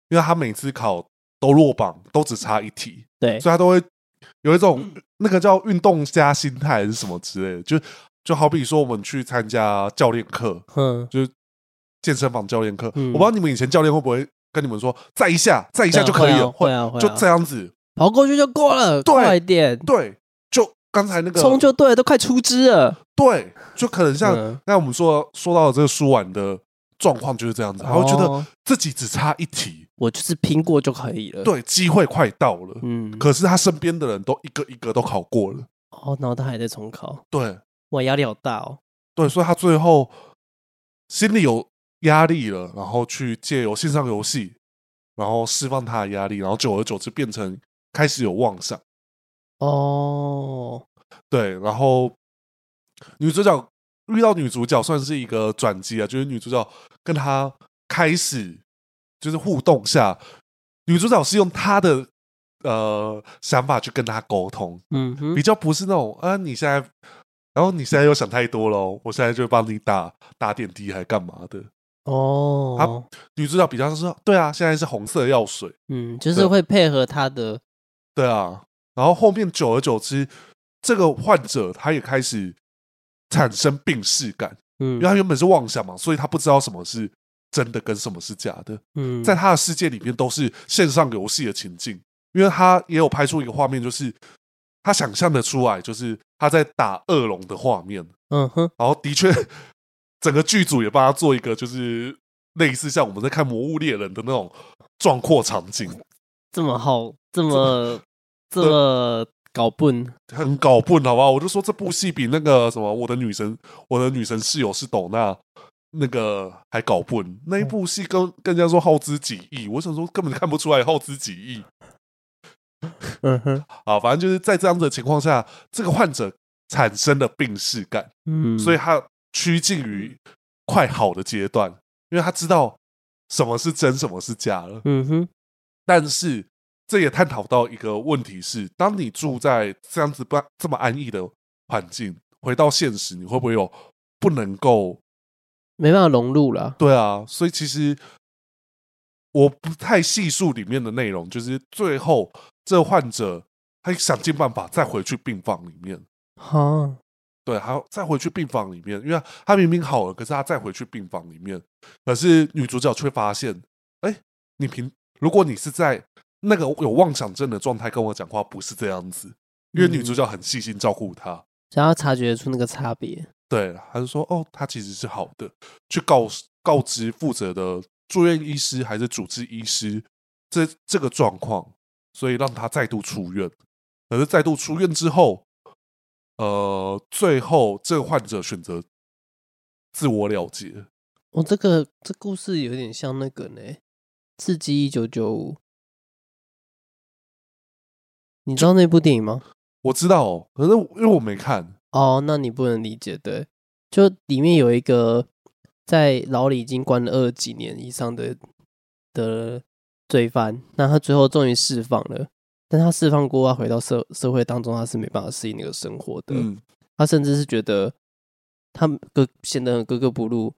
因为他每次考都落榜，都只差一题，
对，
所以他都会有一种那个叫运动家心态还是什么之类的，就就好比说我们去参加教练课，
嗯，
健身房教练课，
嗯
我不知道你们以前教练会不会跟你们说再一下，再一下就可以
会啊
了，
会啊，会啊
就这，样子，
跑过去就过了，
对
快一点，
对，就刚才那个
冲就对了，都快出汁了。
对，就可能像
嗯
那我们说说到的这个舒婉的状况就是这样子，他会觉得
哦
自己只差一题，
我就是拼过就可以了。，
对，机会快到了，
嗯，
可是他身边的人都一个一个都考过了，
哦，然后他还在重考，
对。
哇，压力好大哦。
对，所以他最后心里有压力了，然后去借由线上游戏，然后释放他的压力，然后久而久之变成开始有妄想。
哦，
对，然后女主角遇到女主角算是一个转机啊，就是女主角跟他开始就是互动下，女主角是用她的呃想法去跟他沟通，
嗯哼
比，较不是那种啊，你现在，然后你现在又想太多了哦，我现在就帮你打打点滴还干嘛的。
哦，
女主角比较是说，对啊，现在是红色药水，
嗯，就是
对
会配合他的
对啊。然后后面久而久之，这个患者他也开始产生病逝感，
嗯
因为他原本是妄想嘛，所以他不知道什么是真的跟什么是假的，
嗯，
在他的世界里面都是线上游戏的情境。因为他也有拍出一个画面，就是他想象的出来，就是他在打恶龙的画面，
嗯哼，
然后的确，整个剧组也帮他做一个，就是类似像我们在看《魔物猎人》的那种壮阔场景，
这么好，这么这么搞笨，
很搞混，好不好？我就说这部戏比那个什么《我的女神》《我的女神室友是斗娜》那个还搞混，那一部戏跟跟人家说耗资几亿，我想说根本看不出来耗资几亿
嗯哼，
啊。反正就是在这样子的情况下，这个患者产生了病逝感。
嗯，
所以他趋近于快好的阶段，因为他知道什么是真，什么是假了。
嗯哼，
但是这也探讨到一个问题是：当你住在这样子不这么安逸的环境，回到现实，你会不会有不能够？
没办法融入了，
对啊，所以其实我不太细述里面的内容，就是最后这患者他想尽办法再回去病房里面。
哈，
对，还要再回去病房里面，因为他明明好了，可是他再回去病房里面，可是女主角却发现，哎，你平如果你是在那个有妄想症的状态跟我讲话，不是这样子，因为女主角很细心照顾他，
想要察觉出那个差别，
对，他就说哦，他其实是好的，去告告知负责的住院医师还是主治医师这这个状况，所以让他再度出院。可是再度出院之后，呃，最后这个患者选择自我了结，
哦，这个这故事有点像那个呢，《刺激一九九五》，你知道那部电影吗？
我知道、哦，可是我因为我没看，
哦，那你不能理解，对，就里面有一个在牢里已经关了二十几年以上的的罪犯，那他最后终于释放了，但他释放过后他回到社社会当中，他是没办法适应那个生活的，
嗯，
他甚至是觉得他格显得很格格不入，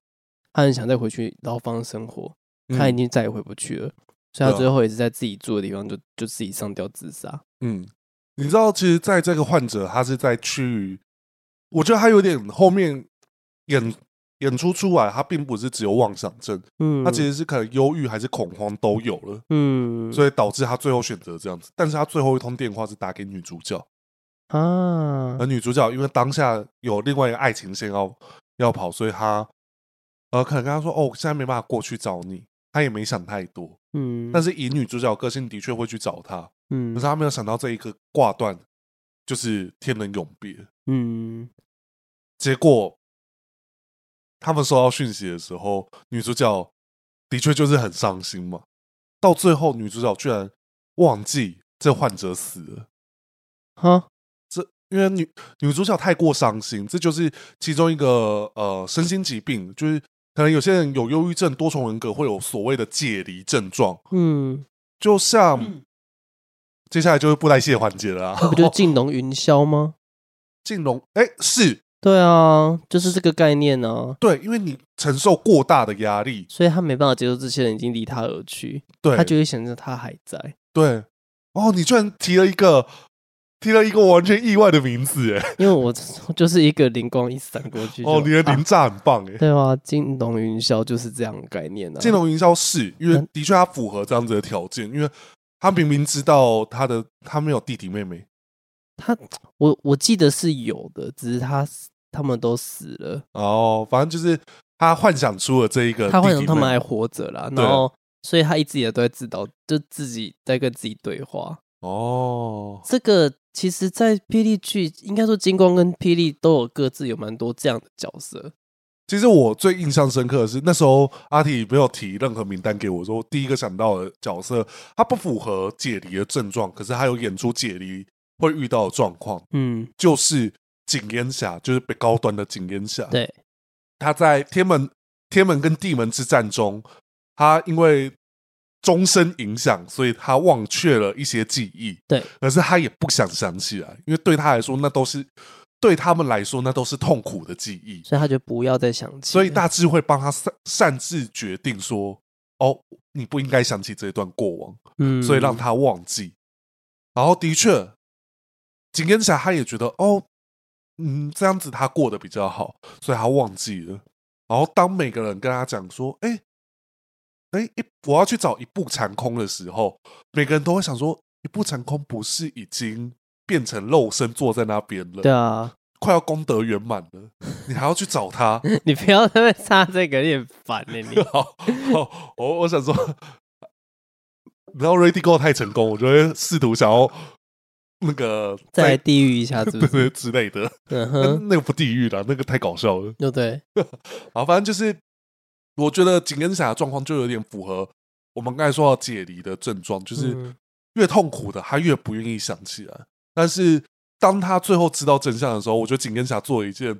他很想再回去牢房生活，他已
嗯
经再也回不去了，所
对
以他
啊
最后也是在自己住的地方就就自己上吊自杀。
嗯，你知道，其实在这个患者，他是在趋于，我觉得他有点后面演演出出来，他并不是只有妄想症，
嗯
他其实是可能忧郁还是恐慌都有了，
嗯
所以导致他最后选择这样子。但是他最后一通电话是打给女主角，
啊
而女主角因为当下有另外一个爱情线要要跑，所以她呃可能跟他说：“哦，我现在没办法过去找你。”他也没想太多，
嗯，
但
是
是以女主角个性，的确会去找他。可
嗯
是他没有想到这一个挂断就是天人永别。
嗯
结果他们收到讯息的时候，女主角的确就是很伤心嘛。到最后，女主角居然忘记这患者死了，
哈
这因为女女主角太过伤心，这就是其中一个呃身心疾病，就是可能有些人有忧郁症、多重人格会有所谓的解离症状，
嗯，
就像、接下来就是布袋戏的环节了、啊
不，就进龙云霄吗？
进龙哎是
对啊，就是这个概念啊，
对，因为你承受过大的压力，
所以他没办法接受这些人已经离他而去，
对，
他就会想着他还在，
对，哦，你居然提了一个提了一个我完全意外的名字，哎，
因为我 我就是一个灵光一闪过去就，
哦，你的
啊
零炸很棒，哎、
对啊，金龙云霄就是这样的概念啊。
金融营销是因为
嗯
的确他符合这样子的条件，因为他明明知道他的他没有弟弟妹妹
他，我我记得是有的，只是他死他们都死了，
哦，反正就是他幻想出了这一个
他幻
弟
想
弟
他们
妹妹
还活着啦，
对
然后所以他一直也都在自导，就自己在跟自己对话。
哦，
这个其实，在霹雳剧应该说金光跟霹雳都有各自有蛮多这样的角色。
其实我最印象深刻的是那时候阿体没有提任何名单给我，说我第一个想到的角色他不符合解离的症状，可是他有演出解离会遇到的状况。
嗯，
就是景烟峡，就是北高端的景烟峡。
对，
他在天门、天门跟地门之战中，他因为终身影响，所以他忘却了一些记忆。
对，
可是他也不想想起来，因为对他来说，那都是对他们来说，那都是痛苦的记忆。
所以他就不要再想起了。
所以大智会帮他擅擅自决定说：“哦，你不应该想起这段过往。”
嗯，
所以让他忘记。然后的确，景根霞他也觉得哦，嗯，这样子他过得比较好，所以他忘记了。然后当每个人跟他讲说，哎、哎、一我要去找一步禅空的时候，每个人都会想说，一步禅空不是已经变成肉身坐在那边了，
对啊，
快要功德圆满了，你还要去找他？
你不要在那边插这个，你很烦呢、 你
好，好，哦我我想说，然后 Ready Go 太成功，我就会试图想要那个
再来地狱一下，是不
对对
是？
之类的，
嗯
那
哼，
那个不地狱啦，那个太搞笑了。
对对，
好，反正就是我觉得井根侠的状况就有点符合我们刚才说到解离的症状，就是
嗯
越痛苦的他越不愿意想起来。但是当他最后知道真相的时候，我觉得井根侠做了一件，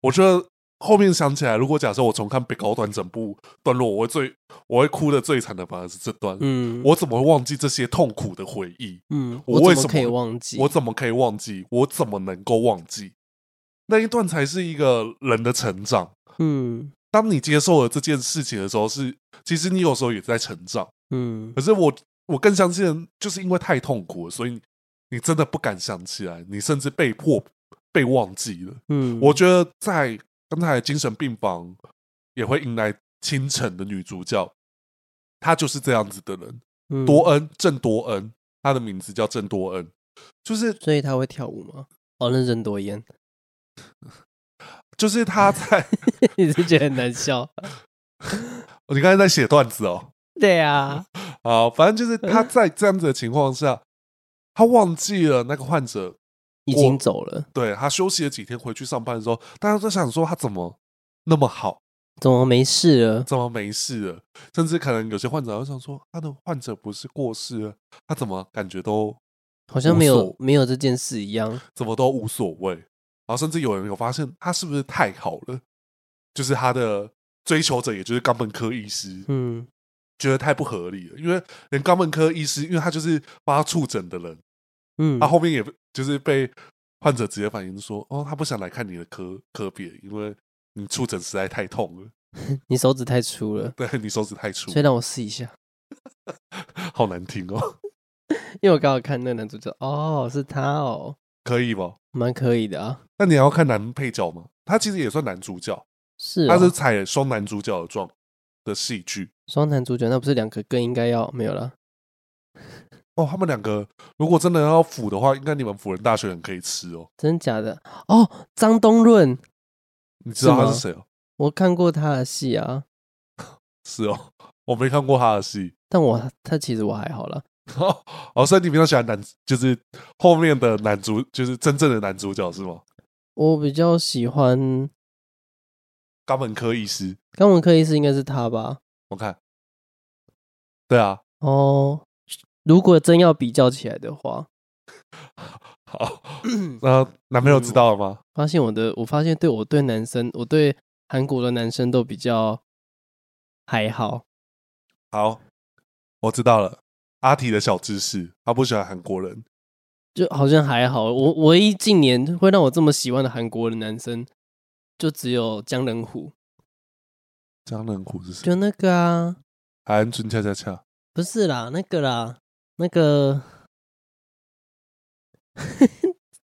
我觉得后面想起来，如果假设我重看《北高端》整部段落，我会最我会哭的最惨的反而是这段。
嗯，
我怎么会忘记这些痛苦的回忆？
嗯，
我
我
为
怎
什
么可以
么
忘记？
我怎么可以忘记？我怎么能够忘记？那一段才是一个人的成长。
嗯
当你接受了这件事情的时候是，其实你有时候也在成长。
嗯
可是我我更相信，就是因为太痛苦了，所以你真的不敢想起来，你甚至被迫被忘记了。
嗯，
我觉得在刚才精神病房也会迎来清晨的女主角，她就是这样子的人。
嗯
多，恩郑多恩，她的名字叫郑多恩，就是
所以他会跳舞吗？哦，那人多烟，
就是她在
你是觉得很难笑？
哦你刚才在写段子哦。
对啊，
好，反正就是
嗯
他在这样子的情况下，他忘记了那个患者，
已经走了，
对他休息了几天回去上班的时候，大家都在想说他怎么那么好，
怎么没事了？
怎么没事了？甚至可能有些患者会想说，他的患者不是过世了，他怎么感觉都
好像
无
没有
所
没有这件事一样。
怎么都无所谓？然后甚至有人有发现他是不是太好了，就是他的追求者，也就是肛门科医师，
嗯
觉得太不合理了，因为连肛门科医师，因为他就是帮他触诊的人。
嗯，
他后面也就是被患者直接反映说，哦，他不想来看你的科科别，因为你触诊实在太痛了，
你手指太粗了，
对你手指太粗
所，以让我试一下，
好难听哦，
因为我刚好看那个男主角，哦，是他哦，
可以吗？
蛮可以的啊，
那你还要看男配角吗？他其实也算男主角，
是、哦，
他是采双男主角的状的戏剧
双男主角，那不是两个更应该要没有了？
哦。他们两个如果真的要腐的话，应该你们辅仁大学很可以吃哦。
真假的？哦，张东润，
你知道
是
他
吗
是谁哦？
我看过他的戏啊，
是哦，我没看过他的戏。
但我他其实我还好啦，
哦，哦，所以你比较喜欢男，就是后面的男主，就是真正的男主角是吗？
我比较喜欢
肛门科医师，
肛门科医师，应该是他吧？
我看，对啊，
哦，如果真要比较起来的话，
好，那男朋友知道了吗？
发现我的，我发现对我对男生，我对韩国的男生都比较还好。
好，我知道了。阿提的小知识，他不喜欢韩国人。
就好像还好。我唯一近年会让我这么喜欢的韩国的男生，就只有江仁虎，
江人虎是谁？
就那个啊，
海岸村恰恰恰，
不是啦，那个啦，那个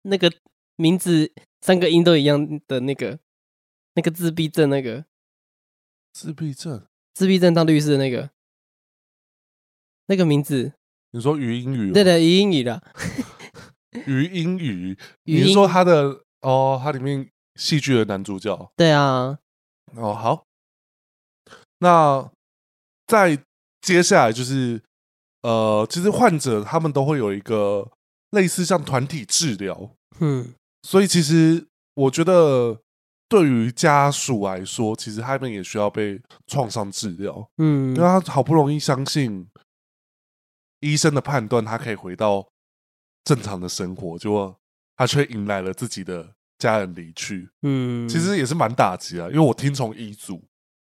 那个名字三个音都一样的那个，那个自闭症那个
自闭症。
自闭症当律师的那个。那个名字，
你说余英语？
对，的，英语啦，
余英语。
余
你是
英
说他的哦，他里面戏剧的男主角
对啊，
哦，好。那在接下来就是呃，其实患者他们都会有一个类似像团体治疗，
嗯
所以其实我觉得，对于家属来说，其实他们也需要被创伤治疗，
嗯
因为，他好不容易相信医生的判断，他可以回到正常的生活，结果他却迎来了自己的家人离去，
嗯，
其实也是蛮打击啊。因为我听从医嘱，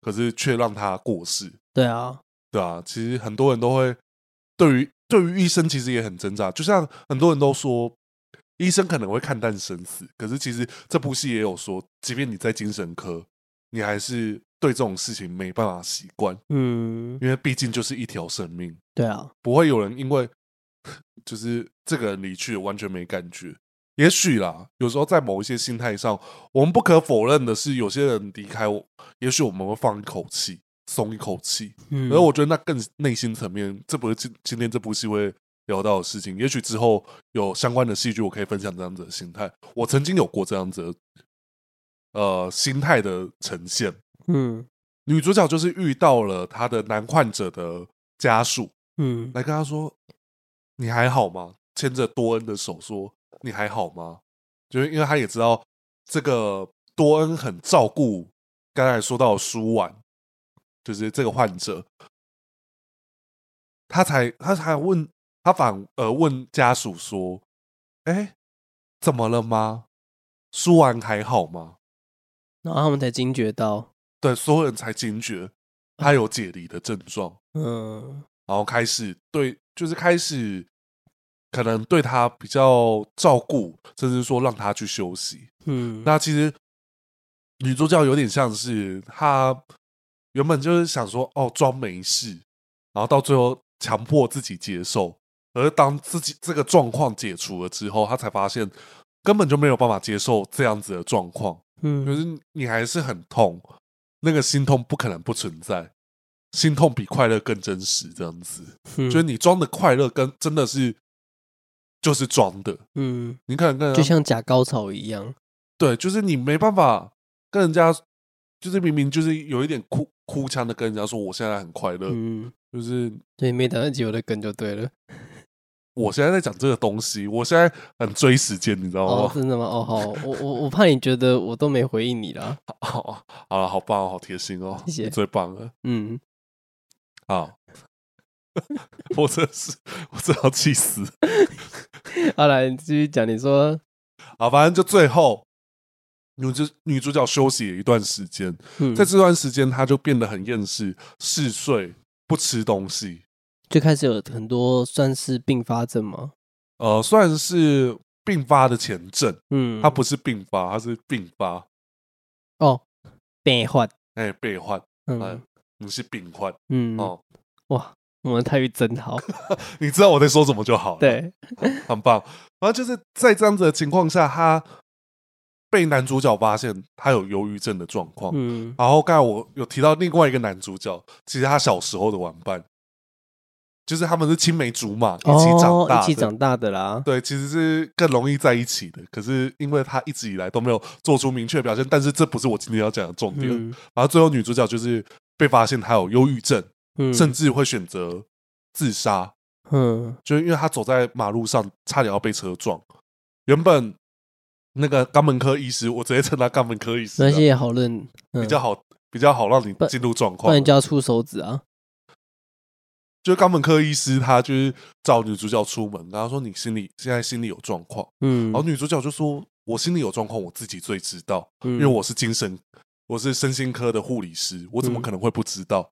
可是却让他过世，
对啊，
对啊，其实很多人都会对于对于医生其实也很挣扎，就像很多人都说，医生可能会看淡生死，可是其实这部戏也有说，即便你在精神科，你还是对这种事情没办法习惯，
嗯，
因为毕竟就是一条生命，
对啊，
不会有人因为就是这个人离去完全没感觉。也许啦，有时候在某一些心态上，我们不可否认的是，有些人离开我，也许我们会放一口气，松一口气。
嗯，
而我觉得那更内心层面，这不是今今天这部戏会聊到的事情。也许之后有相关的戏剧，我可以分享这样子的心态。我曾经有过这样子的呃心态的呈现。
嗯
女主角就是遇到了她的男患者的家属，
嗯
来跟她说：“你还好吗？”牵着多恩的手说：“你还好吗？”就是因为她也知道这个多恩很照顾刚才说到的舒婉，就是这个患者，他才他才问他反呃问家属说：“哎，怎么了吗？舒婉还好吗？”
然后他们才惊觉到，
对，所有人才惊觉他有解离的症状，
嗯
然后开始对，就是开始可能对他比较照顾，甚至说让他去休息。
嗯，
那其实女主角有点像是她原本就是想说哦装没事，然后到最后强迫自己接受，而当自己这个状况解除了之后，她才发现根本就没有办法接受这样子的状况。可
嗯
是你还是很痛，那个心痛不可能不存在，心痛比快乐更真实，这样子，
嗯
就是你装的快乐跟真的是就是装的，
嗯，
你可能跟人
就
家
像假高潮一样，
对，就是你没办法跟人家，就是明明就是有一点哭哭腔的跟人家说我现在很快乐，
嗯，
就是
所以没打算接我的梗就对了。
我现在在讲这个东西，我现在很追时间，你知道
哦
吗，？
真的吗？哦，好，我我我怕你觉得我都没回应你啦。
好， 好了，好棒哦，好贴心哦，
谢谢
你最棒了。
嗯，
好， 我真是，我真的要气死。
好来，你继续讲，你说，
啊，反正就最后女主女主角休息了一段时间，
嗯，
在这段时间她就变得很厌世、嗜睡、不吃东西。
最开始有很多算是并发症吗？
呃，算是并发的前症，
嗯，
它不是并发，它是并发，
哦，变换，
哎、被患，哎
嗯
你是病患
嗯，
哦，
哇，我们泰语真好，
你知道我在说什么就好了。，
对，
很棒。然后就是在这样子的情况下，她被男主角发现她有忧郁症的状况。
嗯
然后刚才我有提到另外一个男主角，其实他小时候的玩伴，就是他们是青梅竹马，一起长
哦
大的，
一起长大的啦，
对，其实是更容易在一起的。可是因为他一直以来都没有做出明确表现，但是这不是我今天要讲的重点。
嗯
然后最后女主角就是被发现她有忧郁症，
嗯
甚至会选择自杀，
嗯
就是因为她走在马路上差点要被车撞。原本那个肛门科医师，我直接称他肛门科医师啊，
那些也好认，嗯
比
比
较好，比较好让你
不
进入状
不
况
然。就要出手指啊，
就是肛门科医师，他就是找女主角出门，然后说你心里现在心里有状况，然
嗯
后，女主角就说我心里有状况，我自己最知道，
因
因为我是精神，我是身心科的护理师，我怎么
嗯
可能会不知道？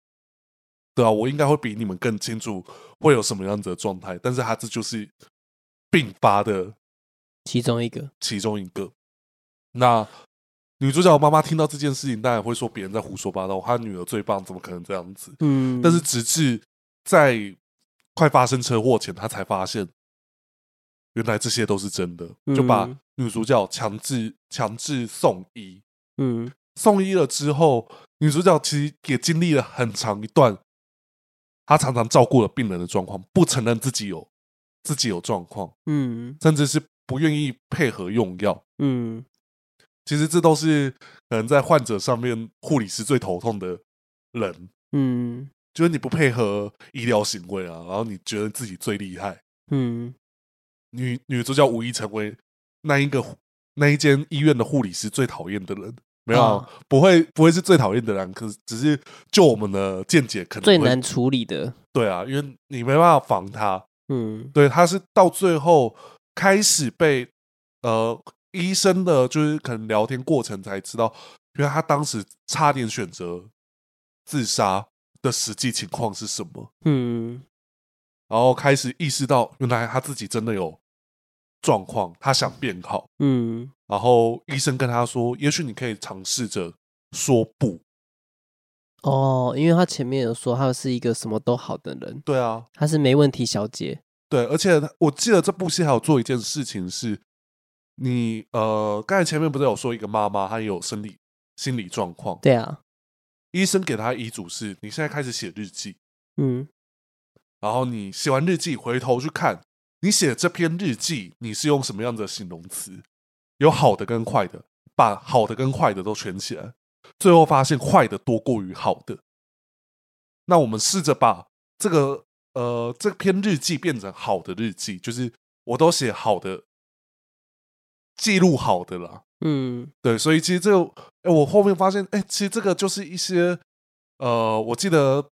对啊，我应该会比你们更清楚会有什么样子的状态，但是他这就是并发的
其中一个，
其中一个。那女主角的妈妈听到这件事情，当然会说别人在胡说八道，她女儿最棒，怎么可能这样子？
嗯，
但是直至在快发生车祸前，他才发现，原来这些都是真的，就把
嗯
女主角强制强制送医。
嗯
送医了之后，女主角其实也经历了很长一段，她常常照顾了病人的状况，不承认自己有自己有状况，
嗯
甚至是不愿意配合用药。
嗯
其实这都是可能在患者上面护理师最头痛的人，
嗯
就是你不配合医疗行为啊，然后你觉得自己最厉害。
嗯
女女主角无疑成为那一个护那一间医院的护理师最讨厌的人，没有啊、
啊
不会不会是最讨厌的人，可是只是就我们的见解，可能
最
会
难处理的，
对啊，因为你没办法防他，
嗯
对，他是到最后开始被呃医生的，就是可能聊天过程才知道，原来他当时差点选择自杀的实际情况是什么。
嗯
然后开始意识到，原来他自己真的有状况，他想变好。
嗯
然后医生跟他说，也许你可以尝试着说不。
哦，因为他前面有说他是一个什么都好的人，
对啊，
他是没问题小姐，
对，而且我记得这部戏还有做一件事情是，你呃，刚才前面不是有说一个妈妈她也有生理心理状况，
对啊，
医生给她遗嘱是，你现在开始写日记，
嗯
然后你写完日记回头去看，你写这篇日记你是用什么样的形容词？有好的跟坏的，把好的跟坏的都圈起来，最后发现坏的多过于好的。那我们试着把这个呃这篇日记变成好的日记，就是我都写好的，记录好的啦。
嗯
对，所以其实这个，哎，我后面发现，哎，其实这个就是一些，呃，我记得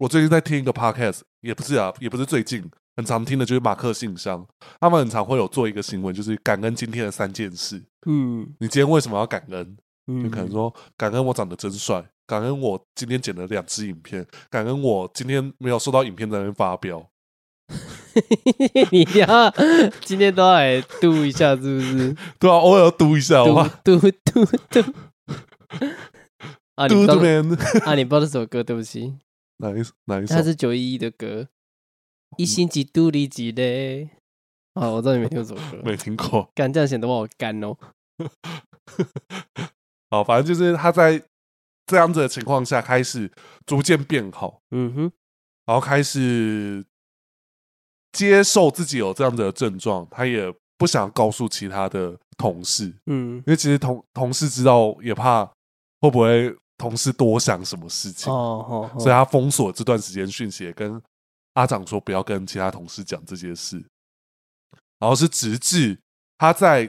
我最近在听一个 podcast，也不是啊，也不是最近，很常听的就是马克信箱，他们很常会有做一个新闻，就是感恩今天的三件事。
嗯
你今天为什么要感恩？
嗯，
就可能说，感恩我长得真帅，感恩我今天剪了两支影片，感恩我今天没有收到影片在那边发飙。
你一定要今天都要来嘟一下，是不是？
对啊，偶尔要读一下，好啊吧？
嘟嘟嘟嘟。啊，你
读
不
这
知道
边
啊，你不知道这首歌，对不起，
哪一哪一首
它？是九一一的歌，一星级嘟里几嘞。啊，我知道你没听过这首歌，
没听过。
干这样显得我好干哦。
好，哦反正就是他在这样子的情况下开始逐渐变好，
嗯哼，
然后开始接受自己有这样子的症状，他也不想告诉其他的同事，因
嗯，
为其实同同事知道也怕会不会同事多想什么事情，
哦哦，
所以他封锁这段时间讯息，也跟阿长说不要跟其他同事讲这些事。然后是直至他在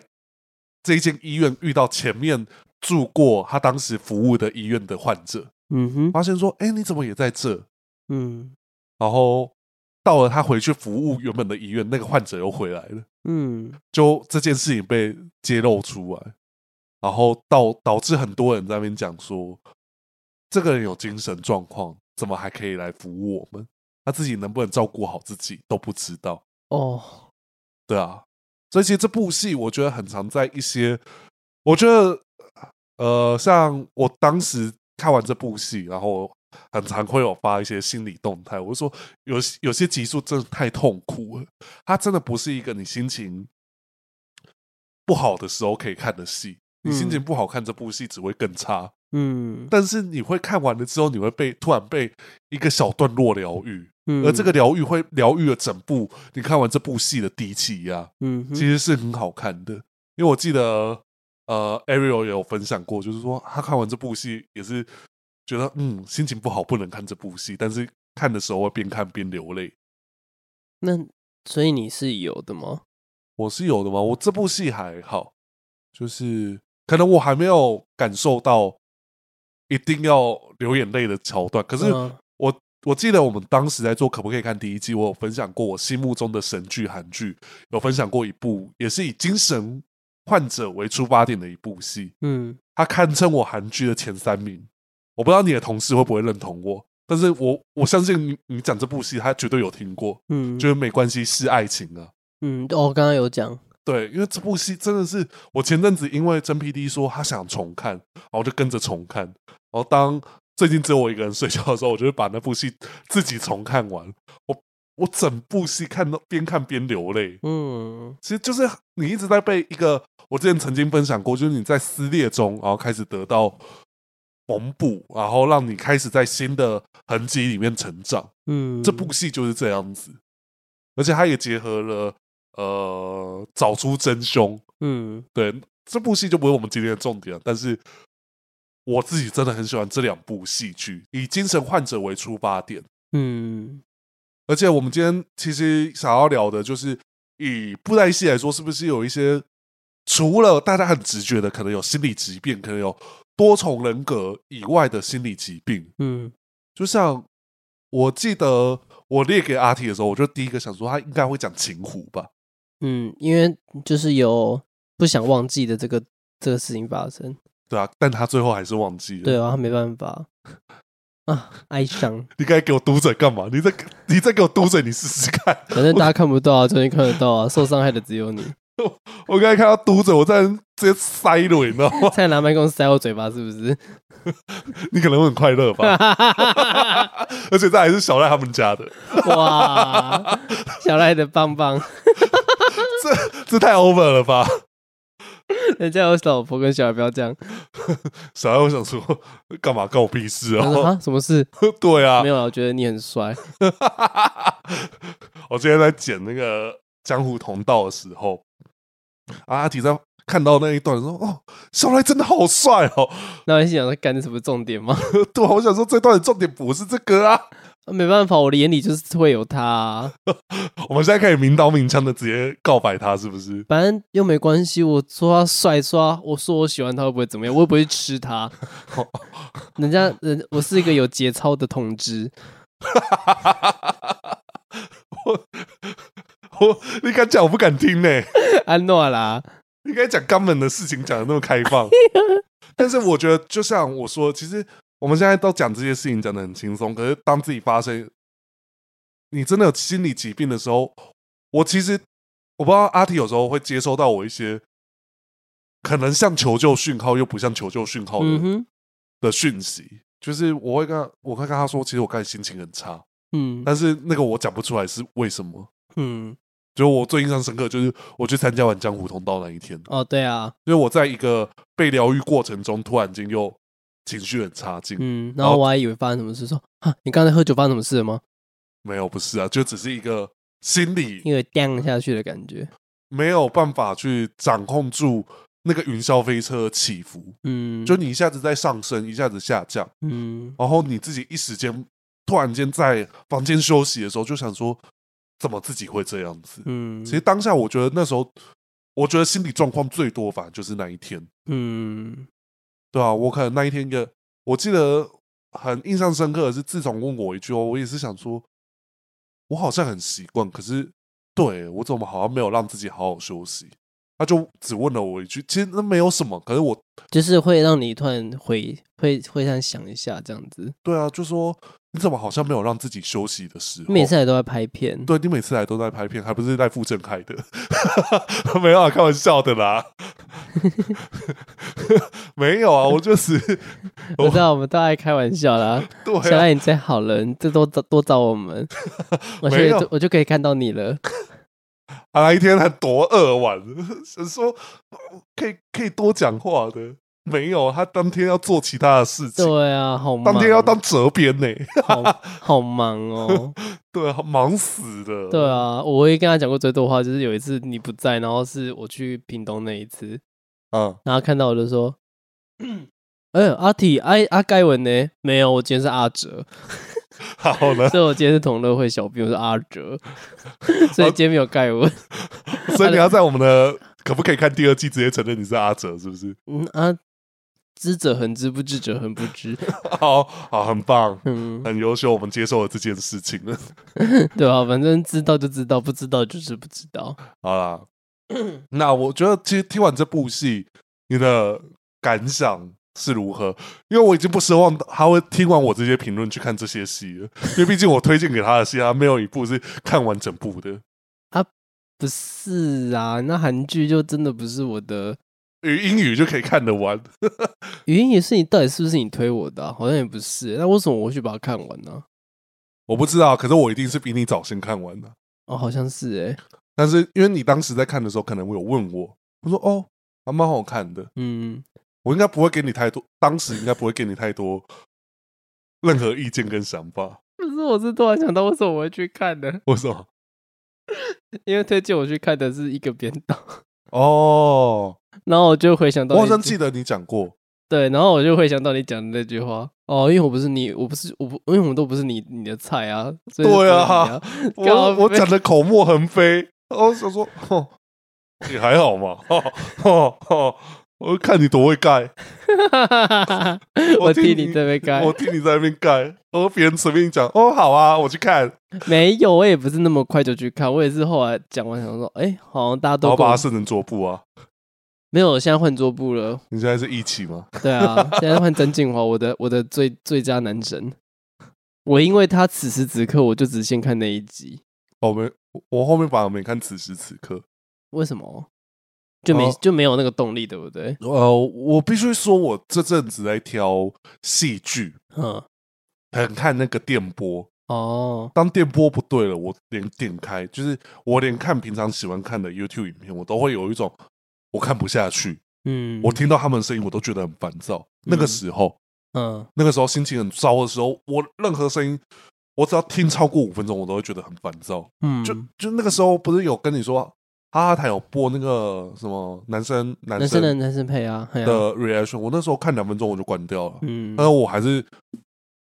这一间医院遇到前面住过他当时服务的医院的患者，
嗯哼，
发现说：“哎，你怎么也在这
嗯？”
然后到了他回去服务原本的医院，那个患者又回来了，
嗯
就这件事情被揭露出来，然后导导致很多人在那边讲说，这个人有精神状况，怎么还可以来服务我们？他自己能不能照顾好自己都不知道。
哦，
对啊，所以其实这部戏我觉得很常在一些，我觉得呃，像我当时看完这部戏，然后很常会有发一些心理动态，我就说有有些集数真的太痛苦了，它真的不是一个你心情不好的时候可以看的戏。你心情
嗯
不好看这部戏只会更差，
嗯
但是你会看完了之后，你会被突然被一个小段落疗愈，
嗯，
而这个疗愈会疗愈了整部你看完这部戏的低气压、
嗯
其
哼，
实是很好看的。因为我记得，呃，Ariel 也有分享过，就是说他看完这部戏也是觉得，嗯，心情不好不能看这部戏，但是看的时候会边看边流泪。
那所以你是有的吗？
我是有的嘛，我这部戏还好，就是可能我还没有感受到一定要流眼泪的桥段。可是
嗯
我我记得我们当时在做可不可以看第一季，我有分享过我心目中的神剧韩剧，有分享过一部也是以精神患者为出发点的一部戏，
嗯
它堪称我韩剧的前三名。我不知道你的同事会不会认同我，但是我我相信你，你讲这部戏，他绝对有听过，
嗯，
就是没关系是爱情啊。
嗯哦，刚刚有讲，
对，因为这部戏真的是我前阵子因为真 P D 说他想重看，然后我就跟着重看。然后当最近只有我一个人睡觉的时候，我就会把那部戏自己重看完。我我整部戏看到边看边流泪，
嗯
其实就是你一直在被一个我之前曾经分享过，就是你在撕裂中，然后开始得到缝补，然后让你开始在新的痕迹里面成长。
嗯，
这部戏就是这样子，而且它也结合了呃找出真凶。
嗯
对，这部戏就不是我们今天的重点了，但是我自己真的很喜欢这两部戏剧，以精神患者为出发点。
嗯
而且我们今天其实想要聊的就是，以布袋戏来说，是不是有一些除了大家很直觉的可能有心理疾病，可能有多重人格以外的心理疾病？
嗯
就像我记得我列给阿 T 的时候，我就第一个想说他应该会讲情湖吧，
嗯，因为就是有不想忘记的这个这个事情发生，
对啊，但他最后还是忘记了。
对啊，他没办法啊，哀伤，
你该给我嘟嘴干嘛？你再你再给我嘟嘴，你试试看。
反正大家看不到啊，终于看得到啊，受伤害的只有你，
我刚才看到嘟嘴，我在直接塞了，你知道吗？
差点拿麦克风塞我嘴巴，是不是？
你可能会很快乐吧， 而且这还是小赖他们家的，
哇，小赖的棒棒，
这太 over 了吧？
人家有老婆跟小孩，不要这样。
小孩我想说，干嘛干我屁事
他说
啊？
啊，什么事？
对啊
没，有啊，我觉得你很帅。
我今天在剪那个江湖同道的时候，啊阿迪在看到那一段说：“哦，小赖真的好帅哦
那我心想说，干这什么重点吗？！”
对啊，我想说这段的重点不是这个啊。
没办法，我的眼里就是会有他、啊，
我们现在可以明刀明枪的直接告白他，是不是？
反正又没关系。我说他帅，说他我说我喜欢他，会不会怎么样？我又不会 吃他。人家人，我是一个有节操的 同志。
我你敢讲，我不敢听呢、
安诺啦，
你该讲肛门的事情讲的那么开 放，但是我觉得就像我说，其实我们现在都讲这些事情讲的很轻松，可是当自己发生你真的有心理疾病的时候，我其实我不知道阿 T 有时候会接收到我一些可能像求救讯号又不像求救讯号的、
嗯哼，
的讯息，就是我会跟他我会跟他说，其实我刚才心情很差，
嗯
但是那个我讲不出来是为什么。
嗯，
就我最印象深刻就是我去参加完江湖同道那一天，
哦对啊，
因为我在一个被疗愈过程中，突然间又情绪很差劲。
嗯，然后我还以为发生什么事，说啊，你刚才喝酒发生什么事了吗？
没有，不是啊，就只是一个心理
因为掉下去的感觉。
没有办法去掌控住那个云霄飞车的起伏，
嗯，
就你一下子在上升，一下子下降，
嗯
然后你自己一时间突然间在房间休息的时候，就想说怎么自己会这样子。
嗯，
其实当下我觉得那时候，我觉得心理状况最多反而就是那一天。
嗯
对啊，我可能那一天一个，我记得很印象深刻的是，自从问我一句哦，我也是想说，我好像很习惯，可是对我怎么好像没有让自己好好休息？他就只问了我一句，其实那没有什么，可是我
就是会让你突然回会会想想一下这样子。
对啊，就说你怎么好像没有让自己休息的时候？
每次来都在拍片，
哦对你每次来都在拍片，还不是在附正开的？ 没有啊，开玩笑的啦， 没有啊，我就是
我知道我们大概开玩笑啦。
对、啊，
小赖你最好了，你这多找多找 我们，我
没
就
有
我就可以看到你 了。
啊，那一天还多恶玩， 想说可以可以多讲话的，没有，啊他当天要做其他的事情，
对啊，好忙，
当天要当啊责编呢，
好好忙哦。
对啊，忙死了，
对，啊，我会跟他讲过最多的话，就是有一次你不在，然后是我去屏东那一次，
嗯，
然后看到我就说， 哎、阿体阿阿盖文呢？没有，我今天是阿哲，
好了，
所以我今天是同乐会小兵，我是阿 哲，所以今天没有盖文。啊
所以你要在我们的可不可以看第二季直接承认你是阿哲，是不是？
嗯啊，知者恒知，不知者恒不知。
好好，很棒，
嗯，
很优秀，我们接受了这件事情了。
对啊，反正知道就知道，不知道就是不知道。
好啦，那我觉得其实听完这部戏，你的感想是如何？因为我已经不奢望他会听完我这些评论去看这些戏了，因为毕竟我推荐给他的戏，他没有一部是看完整部的。
不是啊，那韩剧就真的不是我的。
语英语就可以看得完，
语音也是你，到底是不是你推我的啊、好像也不是。那为什么我会去把它看完呢、
我不知道，可是我一定是比你早先看完的。
哦，好像是哎、
但是因为你当时在看的时候，可能会有问我，我说哦，还蛮好看的。
嗯，
我应该不会给你太多，当时应该不会给你太多任何意见跟想法。
可是我是突然想到，为什么我会去看呢？
为什么？
因为推荐我去看的是一个编导，
哦，
然后我就回想到
我好
你
像
这
记得你讲过，
对，然后我就回想到你讲的那句话哦，因为我不是你，我不是我不，因为我们都不是你你的菜啊，所以就
对啊
不是你
我
靠
我
背
讲的口沫横飞，我想说，哦，也还好嘛，哦哦哦，我看你多会盖，
啊， 我替你这边该
我替你在那边盖，哦，别人随便讲，哦，好啊，我去看，
没有，我也不是那么快就去看，我也是后来讲完想说，哎，好像大家
然
都
后
跟
把
我
它设成桌布啊，
没有，我现在换桌布了，
你现在是一起吗？
对啊，现在换曾静华，我的我的最最佳男神，我因为他此时此刻我就只先看那一集，
哦，没，我后面反而没看此时此刻，
为什么？就没、
哦
就没有那个动力，对不对？
呃，我必须说，我这阵子在挑戏剧，
嗯，
很看那个电波，
哦，
当电波不对了，我连点开，就是我连看平常喜欢看的 YouTube 影片，我都会有一种我看不下去，
嗯，
我听到他们的声音我都觉得很烦躁。那个时候，
嗯
那个时候心情很糟的时候，我任何声音，我只要听超过五分钟，我都会觉得很烦躁。
嗯，
就就那个时候不是有跟你说，哈哈台有播那个什么男生男
男生
生
的
的
男生配啊，嘿啊
reaction，我那时候看两分钟我就关掉了，
嗯
但是我还是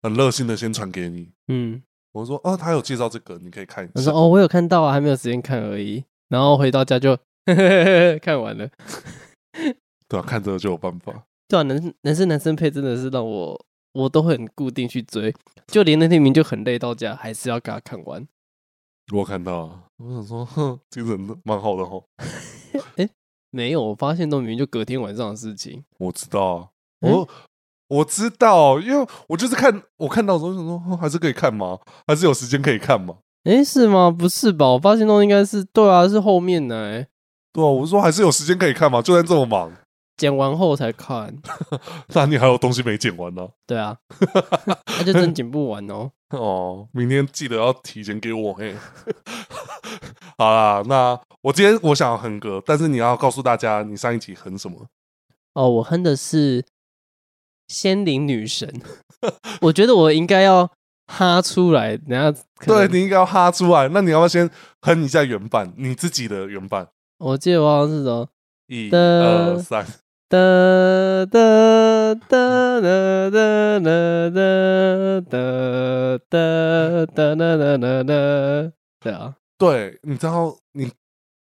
很热心的先传给你。
嗯，
我说，啊，他有介绍这个，你可以看一
我说
下。
哦，我有看到啊，还没有时间看而已。然后回到家就 看完了。
对啊，看这个就有办法。
对啊，男男生男生配真的是让我我都会很固定去追，就连那天明明就很累到家，还是要给他看完。
我看到啊，我想说，哼，这个人蛮好的哦。
没有，我发现都明明就隔天晚上的事情。
我知道啊，
嗯
我、我知道，因为我就是看我看到的时候我想说，哼还是可以看吗？还是有时间可以看吗？
诶，是吗？不是吧？我发现都应该是对啊，是后面呢、欸，
对啊，我说还是有时间可以看嘛，就算这么忙，
剪完后才看。
那你还有东西没剪完呢、
对啊，那就真剪不完哦。
哦，明天记得要提前给我嘿。 好啦，那我今天我想哼歌，但是你要告诉大家你上一集哼什么？
哦，我哼的是《仙灵女神》，我觉得我应该要哈出来，然后
对你应该要哈出来，那你要不要先哼一下原版，你自己的原版？
我记得我好像是什么
一、
的
二、三，
哒哒哒哒哒哒哒哒哒哒哒哒哒，对啊，
对，你知道你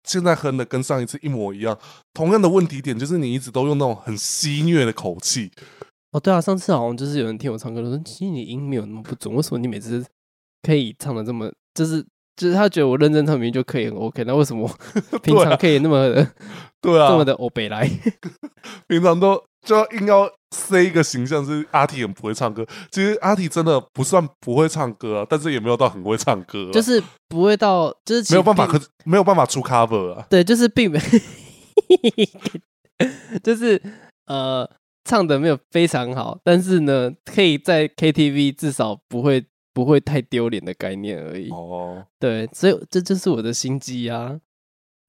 现在哼的跟上一次一模一样，同样的问题点就是你一直都用那种很戏谑的口气，
哦对啊，上次好像就是有人听我唱歌说，其实你音没有那么不准，为什么你每次可以唱的这么，就是就是他觉得我认真唱明明就可以很 OK，那为什么我平常可以那么的、
对
这么
啊，
的欧北来？
平常都就要硬要塞一个形象是阿体很不会唱歌，其实阿体真的不算不会唱歌啊，但是也没有到很会唱歌啊、
就是不会到，就是其
没有
实
办法，
并
可没有办法出 cover 啊，
对，就是并没， 就是呃，唱的没有非常好，但是呢，可以在 KTV 至少不会不会太丢脸的概念而已。
哦，
对，所以这就是我的心机啊！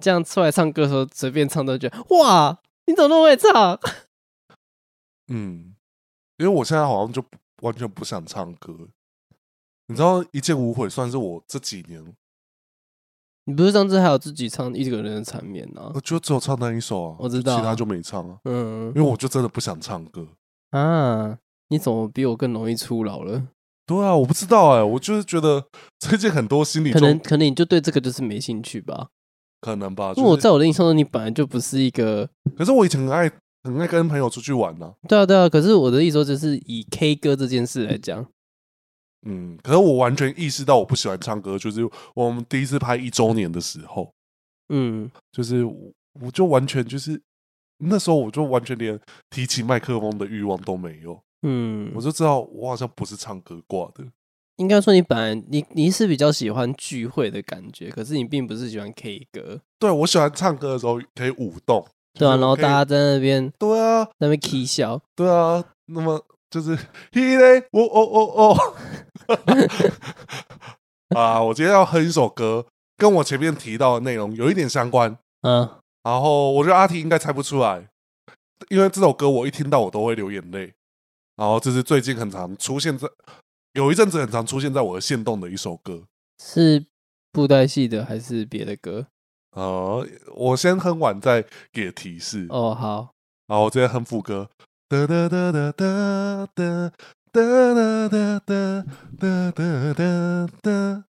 这样出来唱歌的时候，随便唱都觉得哇，你怎么那么会唱？
嗯，因为我现在好像就不完全不想唱歌，你知道《一见无悔》算是我这几年，
你不是上次还有自己唱一个人的缠绵啊
我？就只有唱那一首啊，
我知
就
道
其他
啊
就没唱啊。
嗯
因为我就真的不想唱歌。
啊，你怎么比我更容易出老了？
对啊，我不知道哎、我就是觉得最近很多心理
可
状
能可能你就对这个就是没兴趣吧？
可能吧，
因为我
就是
在我的印象中，你本来就不是一个
可是我以前很爱很爱跟朋友出去玩呢、
对啊，对啊，可是我的意思说，就是以 K 歌这件事来讲，
嗯，可是我完全意识到我不喜欢唱歌，就是我们第一次拍一周年的时候，
嗯，
就是我我就完全就是那时候我就完全连提起麦克风的欲望都没有，
嗯，
我就知道我好像不是唱歌挂的。
应该说你本来你你是比较喜欢聚会的感觉，可是你并不是喜欢 K 歌，
对我喜欢唱歌的时候可以舞动，
对啊，
就是
然
我
后
可
大
以
家在那边
对啊，
在那边 K 笑，
对啊，那么就是 he 嘞，我哦哦哦， 啊，我今天要哼一首歌，跟我前面提到的内容有一点相关，
嗯，
然后我觉得阿提应该猜不出来，因为这首歌我一听到我都会流眼泪，然后这是最近很常出现在，有一阵子很常出现在我的线动的一首歌，
是布袋戏的还是别的歌？
呃，我先哼完再给提示，
哦，好，
然后我直接哼副歌，哒哒哒哒哒哒哒哒哒哒哒哒哒哒。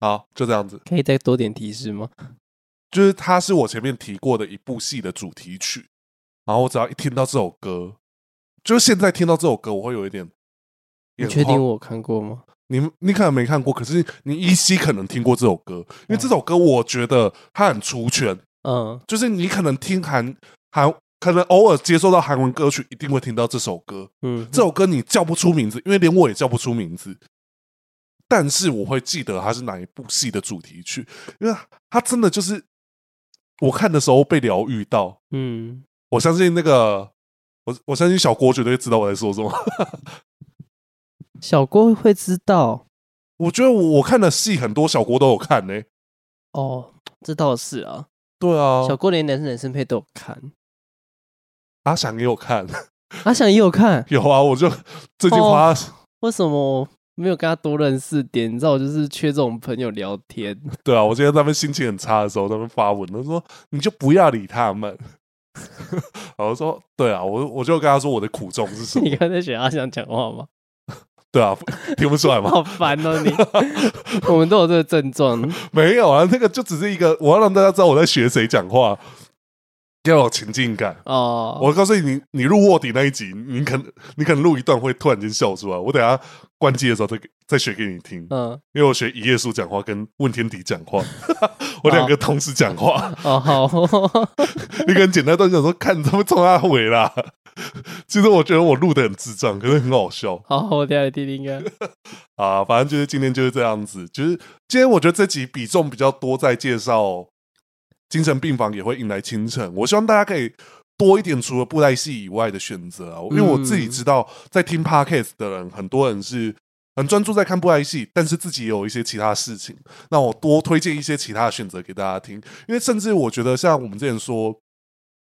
好，就这样子。
可以再多点提示吗？
就是它是我前面提过的一部戏的主题曲，然后我只要一听到这首歌，就是现在听到这首歌，我会有一点
你
眼
确定
花？
我有看过吗？
你你可能没看过，可是你依稀可能听过这首歌，因为这首歌我觉得它很出圈，
嗯
就是你可能听韩韩，可能偶尔接收到韩文歌曲，一定会听到这首歌。
嗯，
这首歌你叫不出名字，因为连我也叫不出名字。但是我会记得它是哪一部戏的主题曲，因为它真的就是我看的时候被疗愈到。
嗯，
我相信那个，我我相信小郭绝对知道我在说什么。
小郭会知道
我觉得我我看的戏很多，小郭都有看呢、
哦，这倒是啊，
对欸对啊，
小郭连男生男生配都有看，
阿翔也有看，
阿翔也有看，
有啊，我就最近
哦
花
为什么我没有跟他多认识点？你知道我就是缺这种朋友聊 天，
对啊，我今天他们心情很差的时候，他们发文，他说你就不要理他们。 然后说对啊，我我就跟他说我的苦衷是什么
你？刚才在学阿翔讲话吗？
对啊，听不出来吗？
好烦哦你！我们都有这个症状，
没有啊，那个就只是一个，我要让大家知道我在学谁讲话，要有情境感。
哦，
我告诉你，你录卧底那一集，你可能你可能录一段会突然间笑出来。我等下关机的时候再给再学给你听，
嗯，
因为我学一页书讲话跟问天敌讲 话，我两个同时讲话。
哦好，
一个人简单段讲说，看他们冲他回啦。其实我觉得我录的很智障，可是很好笑
好，我等一下来听听看。
啊。反正就是今天就是这样子，就是今天我觉得这集比重比较多在介绍精神病房，也会迎来清晨。我希望大家可以多一点除了布袋戏以外的选择啊，因为我自己知道在听 podcast 的人，很多人是。很专注在看布袋戏，但是自己也有一些其他事情。那我多推荐一些其他的选择给大家听，因为甚至我觉得像我们之前说，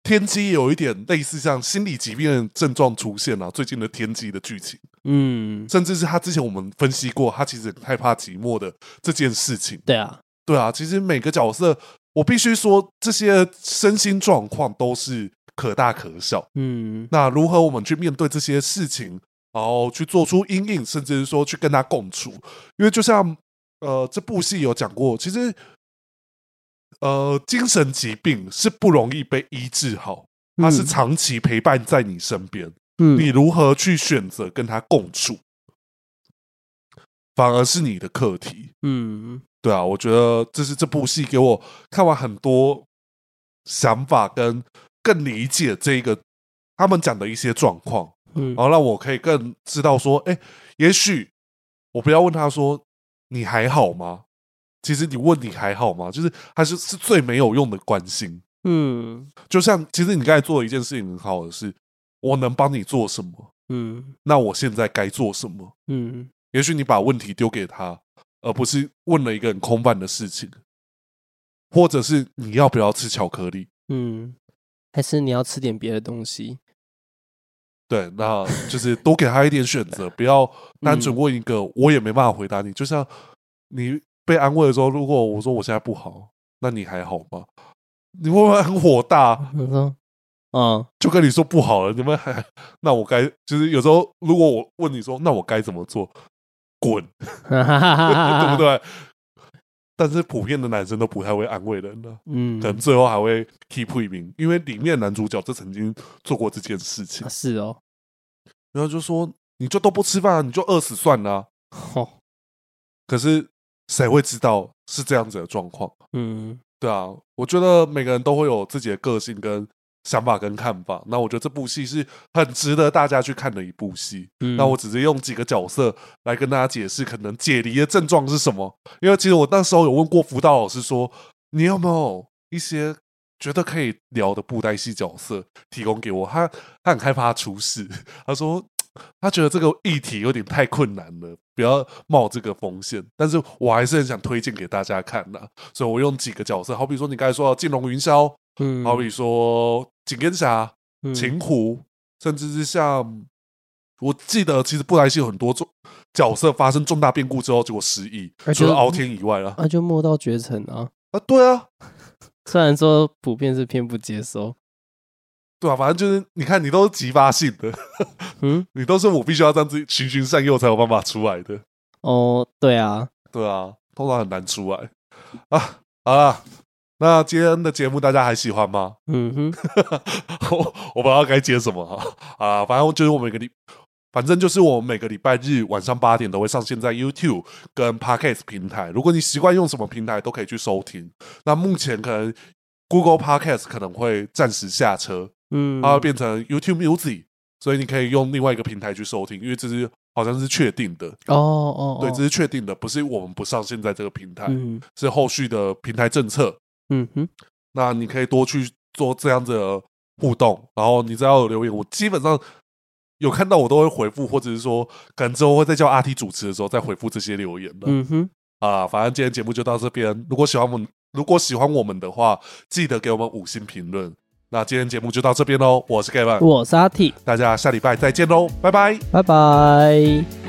天机有一点类似像心理疾病的症状出现啊，最近的天机的剧情，
嗯，
甚至是他之前我们分析过，他其实很害怕寂寞的这件事情。
对啊，
对啊，其实每个角色，我必须说这些身心状况都是可大可小。
嗯
那如何我们去面对这些事情，然后去做出阴影，甚至是说去跟他共处？因为就像呃，这部戏有讲过，其实呃，精神疾病是不容易被医治好，它是
嗯
长期陪伴在你身边，你
嗯，
如何去选择跟他共处，反而是你的课题。
嗯，
对啊，我觉得这是这部戏给我看完很多想法，跟更理解这个他们讲的一些状况，
嗯
然，后让我可以更知道说，哎，也许我不要问他说你还好吗？其实你问你还好吗？就是还是是最没有用的关心。
嗯，
就像其实你刚才做的一件事情很好的是，我能帮你做什么？
嗯，
那我现在该做什么？
嗯，
也许你把问题丢给他，而不是问了一个很空泛的事情，或者是你要不要吃巧克力？
嗯，还是你要吃点别的东西？
对，那就是多给他一点选择，不要单纯问一个我也没办法回答你。就像你被安慰的时候，如果我说我现在不好，那你还好吗？你会不会很火大？
我说，嗯，
就跟你说不好了，你们还那我该就是有时候如果我问你说那我该怎么做，滚，
哈哈哈
对
哈哈
不
哈，
对？但是普遍的男生都不太会安慰人的、啊
嗯
可，能最后还会 keep 一名，因为里面男主角就曾经做过这件事情
啊，是哦，
然后就说你就都不吃饭、啊，你就饿死算了啊、
吼，
可是谁会知道是这样子的状况？
嗯
对啊，我觉得每个人都会有自己的个性跟想法跟看法。那我觉得这部戏是很值得大家去看的一部戏。
嗯，
那我只是用几个角色来跟大家解释，可能解离的症状是什么。因为其实我那时候有问过辅导老师说，你有没有一些觉得可以聊的布袋戏角色提供给我？他他很害怕出事，他说他觉得这个议题有点太困难了，不要冒这个风险。但是我还是很想推荐给大家看的、所以我用几个角色，好比说你刚才说到《剑龙云霄》，
嗯，
好比说景天侠，
嗯
秦湖，甚至是像我记得，其实布莱希有很多重角色发生重大变故之后，结果失忆
而，且
除了敖天以外啦，
啊，就莫到绝尘啊。
啊，对啊，
虽然说普遍是偏不接收，
对啊，反正就是你看，你都是激发性的，
嗯，
你都是我必须要这样子循循善诱才有办法出来的，
哦，对啊，
对啊，通常很难出来啊，好啦。那今天的节目大家还喜欢吗？
嗯哼，
我我不知道该接什么啊，啊反正就是我每个礼，反正就是我每个礼拜日晚上八点都会上线在 YouTube 跟 Podcast 平台。如果你习惯用什么平台，都可以去收听。那目前可能 Google Podcast 可能会暂时下车，
嗯，
它会变成 YouTube Music，所以你可以用另外一个平台去收听，因为这是好像是确定的，
哦哦，
对，
哦
这是确定的，不是我们不上线在这个平台，
嗯
是后续的平台政策。
嗯哼，
那你可以多去做这样子的互动，然后你只要有留言，我基本上有看到我都会回复，或者是说可能之后会再叫阿 T 主持的时候再回复这些留言的、
嗯哼，
啊。反正今天节目就到这边，如果喜欢我们如果喜欢我们的话，记得给我们五星评论。那今天节目就到这边喽，我是 Gavin，
我是阿 T，
大家下礼拜再见喽，拜拜。
拜拜。